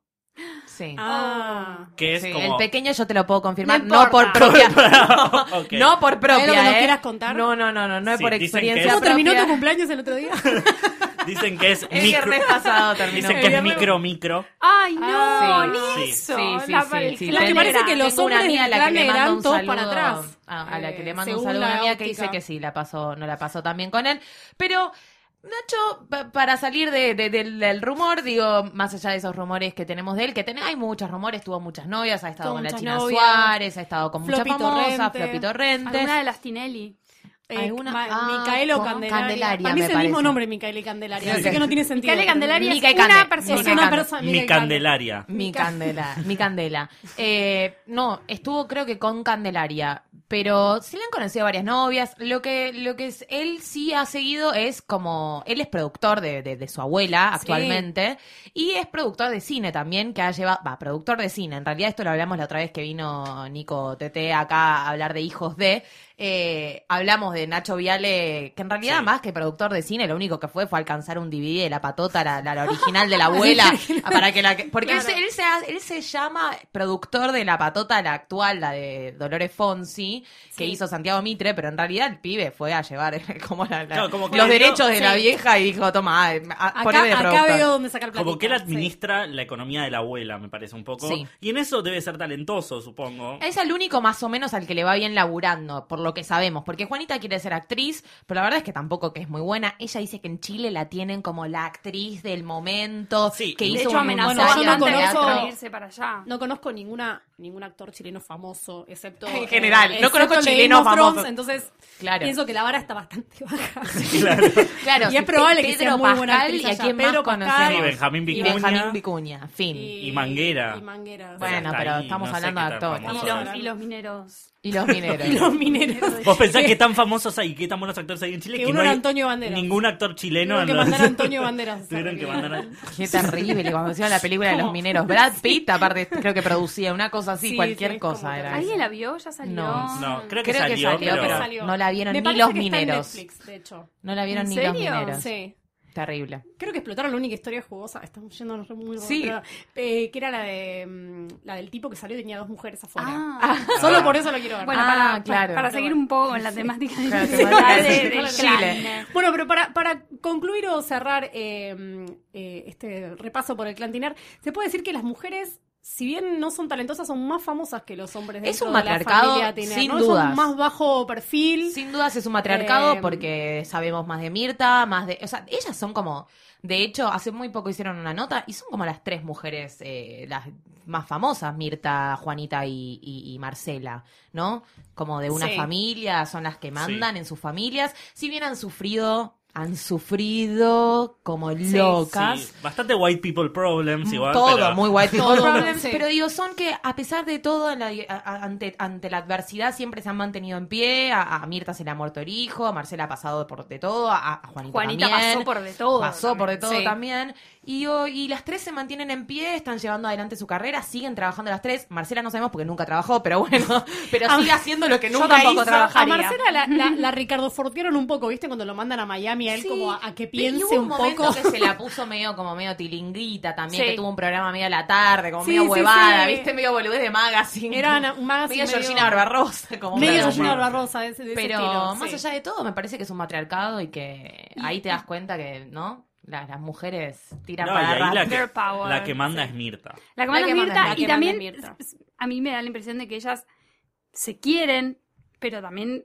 [SPEAKER 5] Sí.
[SPEAKER 3] Ah.
[SPEAKER 4] que es
[SPEAKER 5] Sí,
[SPEAKER 4] como
[SPEAKER 5] El pequeño yo te lo puedo confirmar,
[SPEAKER 6] No
[SPEAKER 5] no, por
[SPEAKER 6] importa.
[SPEAKER 5] propia.
[SPEAKER 4] Ok.
[SPEAKER 5] No por propia.
[SPEAKER 3] ¿Hay algo que nos
[SPEAKER 5] ¿eh?
[SPEAKER 3] quieras contar?
[SPEAKER 5] No, no, no, no, no es
[SPEAKER 4] Sí,
[SPEAKER 5] por
[SPEAKER 4] dicen
[SPEAKER 5] experiencia.
[SPEAKER 4] que es-
[SPEAKER 3] ¿Cómo
[SPEAKER 5] propia.
[SPEAKER 3] terminó tu cumpleaños el otro día?
[SPEAKER 4] dicen que es
[SPEAKER 5] El
[SPEAKER 4] micro,
[SPEAKER 5] viernes pasado terminó.
[SPEAKER 4] dicen que es
[SPEAKER 3] El viernes-
[SPEAKER 4] micro micro.
[SPEAKER 6] Ay, no,
[SPEAKER 5] Ah,
[SPEAKER 6] ni
[SPEAKER 4] sí.
[SPEAKER 6] eso.
[SPEAKER 5] Sí, sí, sí, sí,
[SPEAKER 3] Lo que
[SPEAKER 5] Tengo-
[SPEAKER 3] parece que los
[SPEAKER 5] tengo una
[SPEAKER 3] hombres
[SPEAKER 5] amiga a
[SPEAKER 3] del
[SPEAKER 5] la que
[SPEAKER 3] clan
[SPEAKER 5] le mando
[SPEAKER 3] eran
[SPEAKER 5] un
[SPEAKER 3] todos
[SPEAKER 5] saludo-
[SPEAKER 3] para atrás.
[SPEAKER 5] A, a la que le
[SPEAKER 3] Eh,
[SPEAKER 5] mando un
[SPEAKER 3] según
[SPEAKER 5] saludo a
[SPEAKER 3] la
[SPEAKER 5] una amiga que
[SPEAKER 3] óptica.
[SPEAKER 5] dice que sí, la pasó, no la pasó tan bien con él. Pero, Nacho, pa- para salir de- de- del, del rumor, digo, más allá de esos rumores que tenemos de él, que ten- hay muchos rumores, tuvo muchas novias, ha estado
[SPEAKER 3] Tuvo
[SPEAKER 5] con la
[SPEAKER 3] muchas
[SPEAKER 5] China
[SPEAKER 3] novias.
[SPEAKER 5] Suárez, ha estado con mucha
[SPEAKER 3] Floppy
[SPEAKER 5] famosa,
[SPEAKER 3] Torrente.
[SPEAKER 5] Floppy Torrente.
[SPEAKER 6] Alguna de las Tinelli.
[SPEAKER 3] Eh,
[SPEAKER 5] Alguna-
[SPEAKER 3] Ma-
[SPEAKER 5] ah,
[SPEAKER 3] Micaela o
[SPEAKER 5] con
[SPEAKER 3] Candelaria.
[SPEAKER 5] Candelaria,
[SPEAKER 3] Para mí
[SPEAKER 5] me
[SPEAKER 3] es el mismo
[SPEAKER 5] parece.
[SPEAKER 3] nombre, Micaela y Candelaria.
[SPEAKER 4] Sí,
[SPEAKER 3] Así
[SPEAKER 4] sí.
[SPEAKER 3] que no tiene sentido.
[SPEAKER 6] Micaela Candelaria
[SPEAKER 5] Mica y
[SPEAKER 6] es una
[SPEAKER 5] Cande-
[SPEAKER 6] persona.
[SPEAKER 3] Es
[SPEAKER 5] Mica y
[SPEAKER 3] una
[SPEAKER 5] Cande-
[SPEAKER 3] persona.
[SPEAKER 4] Mi
[SPEAKER 3] Mica y
[SPEAKER 4] Candelaria.
[SPEAKER 5] Mi
[SPEAKER 3] Mica-
[SPEAKER 5] Candela, mi Candela. Eh, no, estuvo creo que con Candelaria, pero sí le han conocido varias novias. Lo que, lo que es, él sí ha seguido es como, él es productor de, de- de su abuela actualmente y es productor de cine también, que ha llevado, va, productor de cine. En realidad esto lo hablamos la otra vez que vino Nico Tete acá a hablar de Hijos de. Eh, hablamos de Nacho Viale, que en realidad
[SPEAKER 4] Sí.
[SPEAKER 5] más que productor de cine, lo único que fue fue alcanzar un DVD de la patota, la, la- la original de la abuela, Ah, para que la que- porque él, se, él, se, ha- él se llama productor de la patota, la actual, la de Dolores Fonsi, que hizo Santiago Mitre, pero en realidad el pibe fue a llevar como la- la-
[SPEAKER 4] Claro, como que
[SPEAKER 5] los
[SPEAKER 4] le dio-
[SPEAKER 5] derechos de la
[SPEAKER 3] Sí.
[SPEAKER 5] vieja y dijo, toma, ah, a-
[SPEAKER 3] Acá,
[SPEAKER 5] poneme de
[SPEAKER 3] acá
[SPEAKER 5] productor".
[SPEAKER 3] veo dónde sacar platita.
[SPEAKER 4] Como que él
[SPEAKER 3] sí.
[SPEAKER 4] administra la economía de la abuela, me parece un poco.
[SPEAKER 5] Sí. Eh,
[SPEAKER 4] Y en eso debe ser talentoso, supongo.
[SPEAKER 5] Es el único más o menos al que le va bien laburando, por lo lo que sabemos, porque Juanita quiere ser actriz, pero la verdad es que tampoco que es muy buena. Ella dice que en Chile la tienen como la actriz del momento,
[SPEAKER 4] Sí,
[SPEAKER 5] que
[SPEAKER 4] y
[SPEAKER 5] hizo
[SPEAKER 6] de hecho,
[SPEAKER 5] un
[SPEAKER 6] amenazó
[SPEAKER 3] Bueno, yo no
[SPEAKER 5] montón de
[SPEAKER 6] bastante
[SPEAKER 3] conozco-
[SPEAKER 5] teatro.
[SPEAKER 6] con irse para allá.
[SPEAKER 3] No conozco ninguna ningún actor chileno famoso, excepto.
[SPEAKER 5] En general, no
[SPEAKER 3] excepto
[SPEAKER 5] conozco
[SPEAKER 3] el de
[SPEAKER 5] chilenos
[SPEAKER 3] Game of Thrones,
[SPEAKER 5] famosos.
[SPEAKER 3] Entonces,
[SPEAKER 5] Claro.
[SPEAKER 3] pienso que la vara está bastante baja.
[SPEAKER 4] Claro.
[SPEAKER 5] Claro,
[SPEAKER 3] Y es
[SPEAKER 5] Pe-
[SPEAKER 3] probable que sea
[SPEAKER 5] Pedro
[SPEAKER 3] muy buena
[SPEAKER 5] Pascal,
[SPEAKER 3] actriz
[SPEAKER 5] y a
[SPEAKER 3] allá.
[SPEAKER 5] quién más
[SPEAKER 3] Pedro Pascal
[SPEAKER 5] conocemos.
[SPEAKER 4] Y Benjamín
[SPEAKER 5] Y
[SPEAKER 4] Vicuña.
[SPEAKER 5] Benjamín Vicuña, fin. Y,
[SPEAKER 4] Y Manguera.
[SPEAKER 3] Y Manguera. sí.
[SPEAKER 5] Bueno,
[SPEAKER 4] Hasta
[SPEAKER 5] pero estamos hablando
[SPEAKER 4] qué
[SPEAKER 5] de
[SPEAKER 4] tan
[SPEAKER 5] actores.
[SPEAKER 4] famosos
[SPEAKER 6] Y
[SPEAKER 3] Vamos a
[SPEAKER 6] los,
[SPEAKER 3] ver.
[SPEAKER 6] y los mineros.
[SPEAKER 5] los mineros.
[SPEAKER 3] Y los mineros.
[SPEAKER 4] Vos pensás que tan famosos hay, que tan buenos actores hay en Chile
[SPEAKER 3] Que
[SPEAKER 4] que,
[SPEAKER 3] uno
[SPEAKER 4] no hay
[SPEAKER 3] era Antonio Banderas.
[SPEAKER 4] ningún actor chileno
[SPEAKER 3] Tuvieron que
[SPEAKER 4] en los-
[SPEAKER 3] mandar a Antonio Banderas.
[SPEAKER 4] Tuvieron que mandar a-
[SPEAKER 5] Qué terrible, cuando hicieron la película de los mineros. Brad Pitt, aparte, creo que producía una cosa así,
[SPEAKER 3] Sí,
[SPEAKER 5] cualquier
[SPEAKER 3] sí, es como
[SPEAKER 5] cosa
[SPEAKER 3] que-
[SPEAKER 5] era.
[SPEAKER 3] Ahí
[SPEAKER 5] eso.
[SPEAKER 6] ¿Alguien la vio? ¿Ya salió?
[SPEAKER 5] No.
[SPEAKER 4] No, creo que
[SPEAKER 5] Creo que
[SPEAKER 4] salió,
[SPEAKER 5] salió,
[SPEAKER 4] pero...
[SPEAKER 5] pero- no la vieron
[SPEAKER 3] Me
[SPEAKER 5] ni
[SPEAKER 3] parece
[SPEAKER 5] los
[SPEAKER 3] que
[SPEAKER 5] mineros.
[SPEAKER 3] Está en Netflix, de hecho.
[SPEAKER 5] No la vieron
[SPEAKER 6] ¿En
[SPEAKER 5] ni
[SPEAKER 6] serio?
[SPEAKER 5] los mineros.
[SPEAKER 3] Sí.
[SPEAKER 5] Terrible.
[SPEAKER 3] Creo que explotaron la única historia jugosa. Estamos yendo muy
[SPEAKER 5] Sí.
[SPEAKER 3] pero, eh, que era la de mm, la del tipo que salió y tenía dos mujeres afuera.
[SPEAKER 6] Ah.
[SPEAKER 3] Solo por eso lo quiero ver.
[SPEAKER 6] Bueno,
[SPEAKER 5] Ah,
[SPEAKER 6] para,
[SPEAKER 5] claro.
[SPEAKER 6] para seguir un poco en la temática de,
[SPEAKER 5] Claro, temática de-
[SPEAKER 6] de- de
[SPEAKER 5] de
[SPEAKER 6] Chile.
[SPEAKER 3] Bueno, pero para, para concluir o cerrar eh, eh, este repaso por el clantinar, se puede decir que las mujeres, si bien no son talentosas, son más famosas que los hombres
[SPEAKER 5] Es
[SPEAKER 3] dentro
[SPEAKER 5] un
[SPEAKER 3] de la
[SPEAKER 5] matriarcado
[SPEAKER 3] familia Tiner,
[SPEAKER 5] sin
[SPEAKER 3] ¿no?
[SPEAKER 5] dudas.
[SPEAKER 3] Son más bajo perfil.
[SPEAKER 5] Sin dudas es un matriarcado
[SPEAKER 3] Eh,
[SPEAKER 5] porque sabemos más de Mirta, más de... O sea, ellas son como... De hecho, hace muy poco hicieron una nota y son como las tres mujeres eh, las más famosas, Mirta, Juanita y, y- y Marcela, ¿no? Como de una
[SPEAKER 3] Sí.
[SPEAKER 5] familia, son las que mandan en sus familias. Si bien han sufrido, han sufrido como locas.
[SPEAKER 4] Sí, bastante white people problems Mm, igual.
[SPEAKER 5] Mm, todo
[SPEAKER 4] pero-
[SPEAKER 5] muy white people
[SPEAKER 3] Todo,
[SPEAKER 5] problems,
[SPEAKER 3] sí.
[SPEAKER 5] pero digo son que a pesar de todo en la- a- a- ante, ante la adversidad siempre se han mantenido en pie a, a Mirta se le ha muerto el hijo a Marcela ha pasado por de todo a, a Juanita,
[SPEAKER 6] Juanita
[SPEAKER 5] también,
[SPEAKER 6] pasó por de todo.
[SPEAKER 5] pasó por de todo
[SPEAKER 3] Sí.
[SPEAKER 5] también y, oh, y las tres se mantienen en pie están llevando adelante su carrera siguen trabajando las tres Marcela no sabemos porque nunca trabajó pero bueno pero
[SPEAKER 3] A-
[SPEAKER 5] sigue haciendo lo que
[SPEAKER 3] Yo
[SPEAKER 5] nunca
[SPEAKER 3] ahí
[SPEAKER 5] tampoco
[SPEAKER 3] so-
[SPEAKER 5] trabajaría
[SPEAKER 3] A Marcela la, la, la Ricardo Fortearon un poco, ¿viste? Cuando lo mandan a Miami, a él
[SPEAKER 5] Sí,
[SPEAKER 3] como a, a que
[SPEAKER 5] y hubo
[SPEAKER 3] piense un,
[SPEAKER 5] momento
[SPEAKER 3] poco.
[SPEAKER 5] que se la puso medio como medio tilinguita también,
[SPEAKER 6] Sí.
[SPEAKER 5] que tuvo un programa medio a la tarde, como
[SPEAKER 3] Sí,
[SPEAKER 5] medio
[SPEAKER 3] sí,
[SPEAKER 5] huevada,
[SPEAKER 3] sí.
[SPEAKER 5] viste, medio boludez de magazine.
[SPEAKER 3] Era
[SPEAKER 5] como
[SPEAKER 3] una- un magazine
[SPEAKER 5] medio
[SPEAKER 3] medio-
[SPEAKER 5] Georgina Barbarosa, como
[SPEAKER 3] Medio
[SPEAKER 5] una-
[SPEAKER 4] Claro,
[SPEAKER 3] Georgina
[SPEAKER 4] más-
[SPEAKER 3] Barbarosa de ese, de ese
[SPEAKER 5] Pero
[SPEAKER 3] estilo,
[SPEAKER 5] más
[SPEAKER 3] sí.
[SPEAKER 5] allá de todo, me parece que es un matriarcado y que ahí te das cuenta que, ¿no? Las, las mujeres tiran
[SPEAKER 4] No, y
[SPEAKER 5] para
[SPEAKER 4] ahí
[SPEAKER 5] adelante.
[SPEAKER 4] la que,
[SPEAKER 6] Girl power,
[SPEAKER 4] la que manda es Mirta.
[SPEAKER 6] La
[SPEAKER 5] La
[SPEAKER 6] que manda
[SPEAKER 5] que
[SPEAKER 6] es
[SPEAKER 5] manda, la
[SPEAKER 6] Mirta.
[SPEAKER 5] que
[SPEAKER 6] Y
[SPEAKER 5] manda
[SPEAKER 6] también
[SPEAKER 3] es Mirta.
[SPEAKER 6] s- a mí me da la impresión de que ellas se quieren, pero también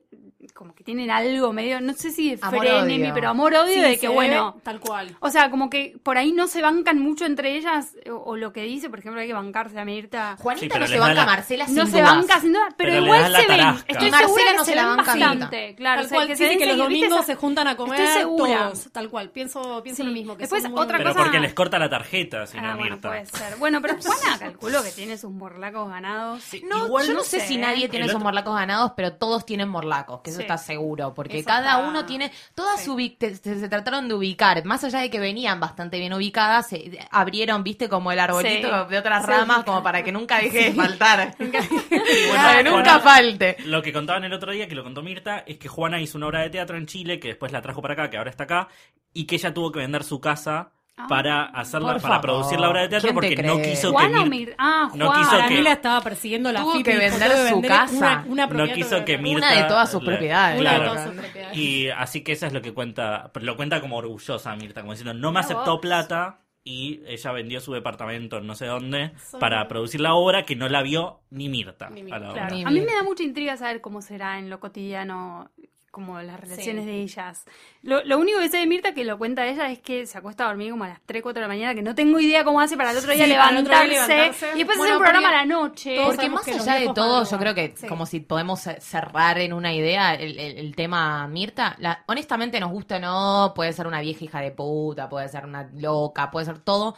[SPEAKER 6] como que tienen algo medio, no sé si de
[SPEAKER 5] Amor,
[SPEAKER 6] frenemi,
[SPEAKER 5] odio.
[SPEAKER 6] pero amor-odio
[SPEAKER 3] Sí,
[SPEAKER 6] de
[SPEAKER 3] se
[SPEAKER 6] que, bueno,
[SPEAKER 3] ve Tal cual.
[SPEAKER 6] o sea, como que por ahí no se bancan mucho entre ellas, o, o lo que dice, por ejemplo, hay que bancarse a Mirta.
[SPEAKER 4] Sí,
[SPEAKER 5] Juanita
[SPEAKER 4] pero
[SPEAKER 5] no
[SPEAKER 4] le da
[SPEAKER 5] se banca a
[SPEAKER 4] la-
[SPEAKER 5] Marcela sin
[SPEAKER 6] No se
[SPEAKER 5] dudas.
[SPEAKER 6] banca, sin duda, pero,
[SPEAKER 4] Pero le das
[SPEAKER 6] igual
[SPEAKER 4] la
[SPEAKER 6] se ven.
[SPEAKER 4] tarasca.
[SPEAKER 6] Estoy
[SPEAKER 5] Marcela
[SPEAKER 6] segura que
[SPEAKER 5] no
[SPEAKER 6] se,
[SPEAKER 5] se la
[SPEAKER 6] ven
[SPEAKER 5] banca Mirta.
[SPEAKER 6] bastante. Claro,
[SPEAKER 3] tal
[SPEAKER 6] o sea,
[SPEAKER 3] cual,
[SPEAKER 6] que se
[SPEAKER 3] dice
[SPEAKER 6] ven
[SPEAKER 3] que los
[SPEAKER 6] seguido, ¿viste?
[SPEAKER 3] domingos
[SPEAKER 6] Esa-
[SPEAKER 3] se juntan a comer
[SPEAKER 6] Estoy segura.
[SPEAKER 3] todos, tal cual. Pienso, pienso
[SPEAKER 6] Sí.
[SPEAKER 3] lo mismo. Que
[SPEAKER 6] Después,
[SPEAKER 3] son
[SPEAKER 6] otra
[SPEAKER 4] Pero
[SPEAKER 6] cosa-
[SPEAKER 4] porque les corta la tarjeta, si no
[SPEAKER 6] Ah, bueno,
[SPEAKER 4] Mirta.
[SPEAKER 6] puede ser. Bueno, pero Juana calculo que tiene sus morlacos ganados.
[SPEAKER 5] No,
[SPEAKER 4] Igual
[SPEAKER 5] yo no
[SPEAKER 4] no
[SPEAKER 5] sé
[SPEAKER 6] sé,
[SPEAKER 5] si
[SPEAKER 6] ¿eh?
[SPEAKER 5] nadie tiene
[SPEAKER 4] El
[SPEAKER 5] esos
[SPEAKER 4] otro-
[SPEAKER 5] morlacos ganados, pero todos tienen morlacos, que eso
[SPEAKER 6] Sí.
[SPEAKER 5] está seguro, porque
[SPEAKER 3] Eso
[SPEAKER 5] cada
[SPEAKER 3] está-
[SPEAKER 5] uno tiene, todas
[SPEAKER 3] sí.
[SPEAKER 5] ubi- te- se, se trataron de ubicar, más allá de que venían bastante bien ubicadas, se abrieron, viste, como el arbolito
[SPEAKER 6] Sí.
[SPEAKER 5] de otras
[SPEAKER 6] Se
[SPEAKER 5] ramas,
[SPEAKER 6] ubican.
[SPEAKER 5] como para que nunca deje de faltar,
[SPEAKER 4] bueno,
[SPEAKER 5] para que
[SPEAKER 4] Juana-
[SPEAKER 5] nunca falte.
[SPEAKER 4] Lo que contaban el otro día, que lo contó Mirta, es que Juana hizo una obra de teatro en Chile, que después la trajo para acá, que ahora está acá, y que ella tuvo que vender su casa
[SPEAKER 6] Ah,
[SPEAKER 4] para hacerla,
[SPEAKER 5] por
[SPEAKER 4] para
[SPEAKER 5] favor.
[SPEAKER 4] producir la obra de teatro
[SPEAKER 5] ¿Quién te
[SPEAKER 4] porque no
[SPEAKER 5] cree?
[SPEAKER 4] quiso que
[SPEAKER 6] Juana o
[SPEAKER 4] Mirta-
[SPEAKER 6] Mir- Ah,
[SPEAKER 4] no
[SPEAKER 6] Juana.
[SPEAKER 4] quiso
[SPEAKER 3] Para mí
[SPEAKER 4] que-
[SPEAKER 3] la estaba persiguiendo la
[SPEAKER 5] Tuvo
[SPEAKER 3] FIP y
[SPEAKER 5] que
[SPEAKER 3] dijo,
[SPEAKER 5] vender
[SPEAKER 3] "Tengo que
[SPEAKER 5] su
[SPEAKER 3] una-
[SPEAKER 5] casa".
[SPEAKER 3] Una,
[SPEAKER 4] no
[SPEAKER 3] propiedad,
[SPEAKER 4] quiso
[SPEAKER 3] tengo
[SPEAKER 4] que
[SPEAKER 3] vender".
[SPEAKER 4] Mirta
[SPEAKER 5] Una de todas sus
[SPEAKER 4] le-
[SPEAKER 5] propiedades.
[SPEAKER 3] Una de
[SPEAKER 4] claro.
[SPEAKER 3] todas sus propiedades.
[SPEAKER 4] y así que eso es lo que cuenta lo cuenta como orgullosa Mirta como diciendo no me
[SPEAKER 6] Mirá
[SPEAKER 4] aceptó
[SPEAKER 6] vos.
[SPEAKER 4] plata y ella vendió su departamento en no sé dónde
[SPEAKER 3] Son-
[SPEAKER 4] para producir la obra que no la vio ni Mirta,
[SPEAKER 3] Ni
[SPEAKER 4] a
[SPEAKER 3] Mirta,
[SPEAKER 4] la
[SPEAKER 5] claro.
[SPEAKER 4] obra.
[SPEAKER 5] Ni
[SPEAKER 6] A mí me
[SPEAKER 5] Mirta.
[SPEAKER 6] da mucha intriga saber cómo será en lo cotidiano, como las relaciones de ellas. Lo, lo único que sé de Mirta, que lo cuenta ella, es que se acuesta a dormir como a las 3, 4 de la mañana, que no tengo idea cómo hace para el otro día,
[SPEAKER 3] Sí, para el otro
[SPEAKER 6] levantarse,
[SPEAKER 3] día levantarse.
[SPEAKER 6] Y después
[SPEAKER 3] Bueno,
[SPEAKER 6] hacer un programa
[SPEAKER 3] porque-
[SPEAKER 6] a la noche.
[SPEAKER 3] Todos
[SPEAKER 5] Porque
[SPEAKER 3] sabemos
[SPEAKER 5] más
[SPEAKER 3] que los
[SPEAKER 5] allá de
[SPEAKER 3] viejos
[SPEAKER 5] todo, yo
[SPEAKER 3] madrugan.
[SPEAKER 5] creo que
[SPEAKER 3] Sí.
[SPEAKER 5] como si podemos ce- cerrar en una idea el, el- el tema Mirta, la- honestamente nos gusta o no, puede ser una vieja hija de puta, puede ser una loca, puede ser todo,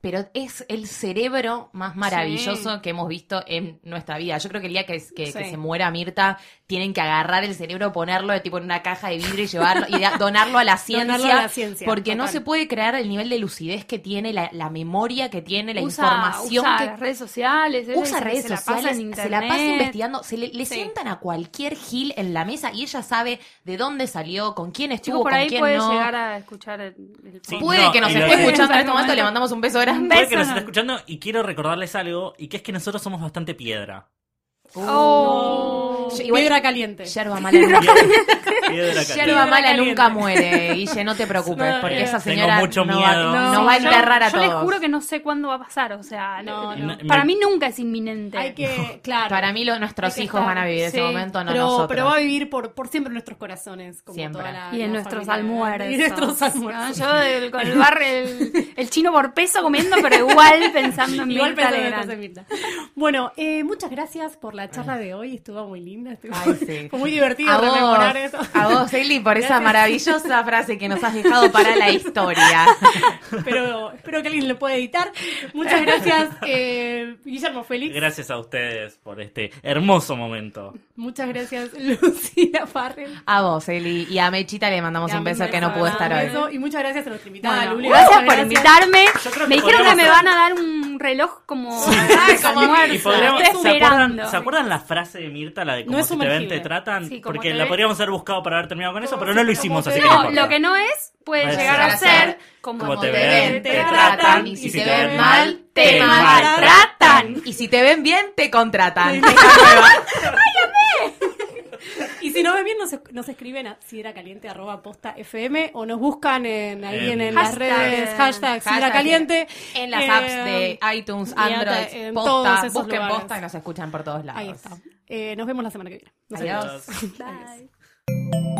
[SPEAKER 5] pero es el cerebro más maravilloso que hemos visto en nuestra vida. Yo creo que el día que, es- que, que
[SPEAKER 3] Sí.
[SPEAKER 5] se muera Mirta, tienen que agarrar el cerebro, ponerlo eh, tipo en una caja de vidrio y llevarlo y da- donarlo a la ciencia.
[SPEAKER 3] Donarlo a la ciencia,
[SPEAKER 5] porque no
[SPEAKER 3] total.
[SPEAKER 5] se puede crear el nivel de lucidez que tiene, la, la memoria que tiene, la
[SPEAKER 6] usa,
[SPEAKER 5] información
[SPEAKER 6] usa
[SPEAKER 5] que
[SPEAKER 6] las redes sociales. ella
[SPEAKER 5] usa
[SPEAKER 6] se-
[SPEAKER 5] redes
[SPEAKER 6] se la pasa en
[SPEAKER 5] sociales, se la pasa
[SPEAKER 6] internet.
[SPEAKER 5] investigando, se le, le sientan a cualquier gil en la mesa y ella sabe de dónde salió, con quién estuvo,
[SPEAKER 6] Chicos, por
[SPEAKER 5] con
[SPEAKER 6] ahí
[SPEAKER 5] quién
[SPEAKER 6] puede
[SPEAKER 5] no.
[SPEAKER 6] llegar a escuchar el, el
[SPEAKER 4] Sí,
[SPEAKER 5] Puede
[SPEAKER 4] No,
[SPEAKER 5] que nos
[SPEAKER 4] y lo
[SPEAKER 5] esté
[SPEAKER 4] que-
[SPEAKER 5] escuchando en este
[SPEAKER 6] Un
[SPEAKER 5] momento, le
[SPEAKER 6] beso.
[SPEAKER 5] mandamos un beso grande.
[SPEAKER 4] Puede que nos
[SPEAKER 6] no.
[SPEAKER 4] esté escuchando y quiero recordarles algo y que es que nosotros somos bastante piedra
[SPEAKER 5] Uh,
[SPEAKER 6] Oh.
[SPEAKER 5] Yo- igual-
[SPEAKER 3] Piedra caliente.
[SPEAKER 5] Yerba mala,
[SPEAKER 4] Piedra- piedra caliente.
[SPEAKER 5] yerba mala
[SPEAKER 3] caliente.
[SPEAKER 5] nunca muere, Guille, no te preocupes,
[SPEAKER 3] No,
[SPEAKER 5] porque
[SPEAKER 3] eh,
[SPEAKER 5] esa
[SPEAKER 4] tengo
[SPEAKER 5] señora
[SPEAKER 4] mucho
[SPEAKER 5] no, va,
[SPEAKER 4] miedo.
[SPEAKER 5] no
[SPEAKER 6] Sí,
[SPEAKER 5] va a
[SPEAKER 6] yo-
[SPEAKER 5] enterrar a
[SPEAKER 6] yo
[SPEAKER 5] todos.
[SPEAKER 6] les juro que no sé cuándo va a pasar, o sea,
[SPEAKER 3] No,
[SPEAKER 6] le-
[SPEAKER 3] no.
[SPEAKER 6] para
[SPEAKER 4] Me-
[SPEAKER 6] mí nunca es inminente.
[SPEAKER 3] Hay que, claro.
[SPEAKER 5] Para mí lo- nuestros
[SPEAKER 3] Hay que
[SPEAKER 5] hijos
[SPEAKER 3] estar,
[SPEAKER 5] van a vivir ese
[SPEAKER 6] sí.
[SPEAKER 5] momento, no
[SPEAKER 3] pero,
[SPEAKER 5] nosotros.
[SPEAKER 3] pero va a vivir por, por siempre en nuestros corazones. Como
[SPEAKER 5] Siempre.
[SPEAKER 3] toda la-
[SPEAKER 6] Y en
[SPEAKER 3] la
[SPEAKER 6] nuestros
[SPEAKER 3] familia.
[SPEAKER 6] almuerzos.
[SPEAKER 3] Y en nuestros almuerzos.
[SPEAKER 6] ¿no? Yo el- con el bar, el, el chino por peso comiendo, pero igual pensando en
[SPEAKER 3] Igual
[SPEAKER 6] Mirta
[SPEAKER 3] pensando en
[SPEAKER 6] Legrand.
[SPEAKER 3] cosas de Mirta. Bueno, eh, muchas gracias por la charla de hoy. Estuvo muy linda. Estuvo
[SPEAKER 5] Ay, sí.
[SPEAKER 3] fue muy divertido
[SPEAKER 5] a vos,
[SPEAKER 3] rememorar eso.
[SPEAKER 5] a vos, Eli, por esa
[SPEAKER 3] Gracias.
[SPEAKER 5] maravillosa frase que nos has dejado para la historia.
[SPEAKER 3] Pero espero que alguien lo pueda editar. Muchas gracias, eh, Guillermo Félix.
[SPEAKER 4] Gracias a ustedes por este hermoso momento.
[SPEAKER 3] Muchas gracias, Lucila Farrell.
[SPEAKER 5] A vos, Eli, y a Mechita le mandamos un beso que no pudo
[SPEAKER 3] Un
[SPEAKER 5] estar
[SPEAKER 3] beso
[SPEAKER 5] hoy.
[SPEAKER 3] Y muchas gracias a nuestra invitada,
[SPEAKER 6] Bueno,
[SPEAKER 3] Luli.
[SPEAKER 6] gracias por
[SPEAKER 3] Muchas
[SPEAKER 6] invitarme.
[SPEAKER 4] Yo creo que
[SPEAKER 6] Me dijeron que
[SPEAKER 4] podríamos
[SPEAKER 6] me
[SPEAKER 4] hacer-
[SPEAKER 6] van a dar un reloj como, de
[SPEAKER 5] como-
[SPEAKER 6] almuerzo.
[SPEAKER 4] Y podríamos,
[SPEAKER 6] Estoy
[SPEAKER 4] ¿se, acuerdan,
[SPEAKER 6] esperando.
[SPEAKER 4] ¿Se acuerdan la frase de Mirta, la de como
[SPEAKER 3] No es
[SPEAKER 4] si te ven,
[SPEAKER 3] sumergible.
[SPEAKER 4] te tratan?
[SPEAKER 6] Sí, como
[SPEAKER 4] Porque
[SPEAKER 6] te
[SPEAKER 4] la
[SPEAKER 6] ven.
[SPEAKER 4] podríamos haber buscado para haber terminado con eso,
[SPEAKER 3] Como
[SPEAKER 4] pero
[SPEAKER 3] si
[SPEAKER 4] no lo
[SPEAKER 3] te-
[SPEAKER 4] hicimos,
[SPEAKER 3] como te
[SPEAKER 4] así que
[SPEAKER 3] ven.
[SPEAKER 4] no
[SPEAKER 6] No,
[SPEAKER 4] importa.
[SPEAKER 6] lo que no es puede
[SPEAKER 4] Puede
[SPEAKER 6] llegar a ser como,
[SPEAKER 4] como
[SPEAKER 6] te
[SPEAKER 4] te
[SPEAKER 6] ven,
[SPEAKER 4] ven,
[SPEAKER 6] te
[SPEAKER 4] te
[SPEAKER 6] tratan.
[SPEAKER 4] tratan,
[SPEAKER 5] y si te ven mal,
[SPEAKER 4] te
[SPEAKER 5] te maltratan. Y si te ven bien, te contratan.
[SPEAKER 3] Y si no ven bien, nos, nos escriben a sideracaliente.posta.fm o nos buscan en, ahí en,
[SPEAKER 4] En
[SPEAKER 3] en las
[SPEAKER 6] hashtag.
[SPEAKER 3] redes, hashtag
[SPEAKER 5] Hashtag
[SPEAKER 3] sideracaliente.
[SPEAKER 5] En las
[SPEAKER 3] Eh,
[SPEAKER 5] apps de iTunes,
[SPEAKER 3] y hasta
[SPEAKER 5] Android,
[SPEAKER 3] en todos
[SPEAKER 5] posta,
[SPEAKER 3] esos
[SPEAKER 5] busquen
[SPEAKER 3] lugares.
[SPEAKER 5] posta y nos escuchan por todos lados.
[SPEAKER 3] Ahí está. Eh, nos vemos la semana que viene. Nos
[SPEAKER 5] Adiós.
[SPEAKER 3] Adiós.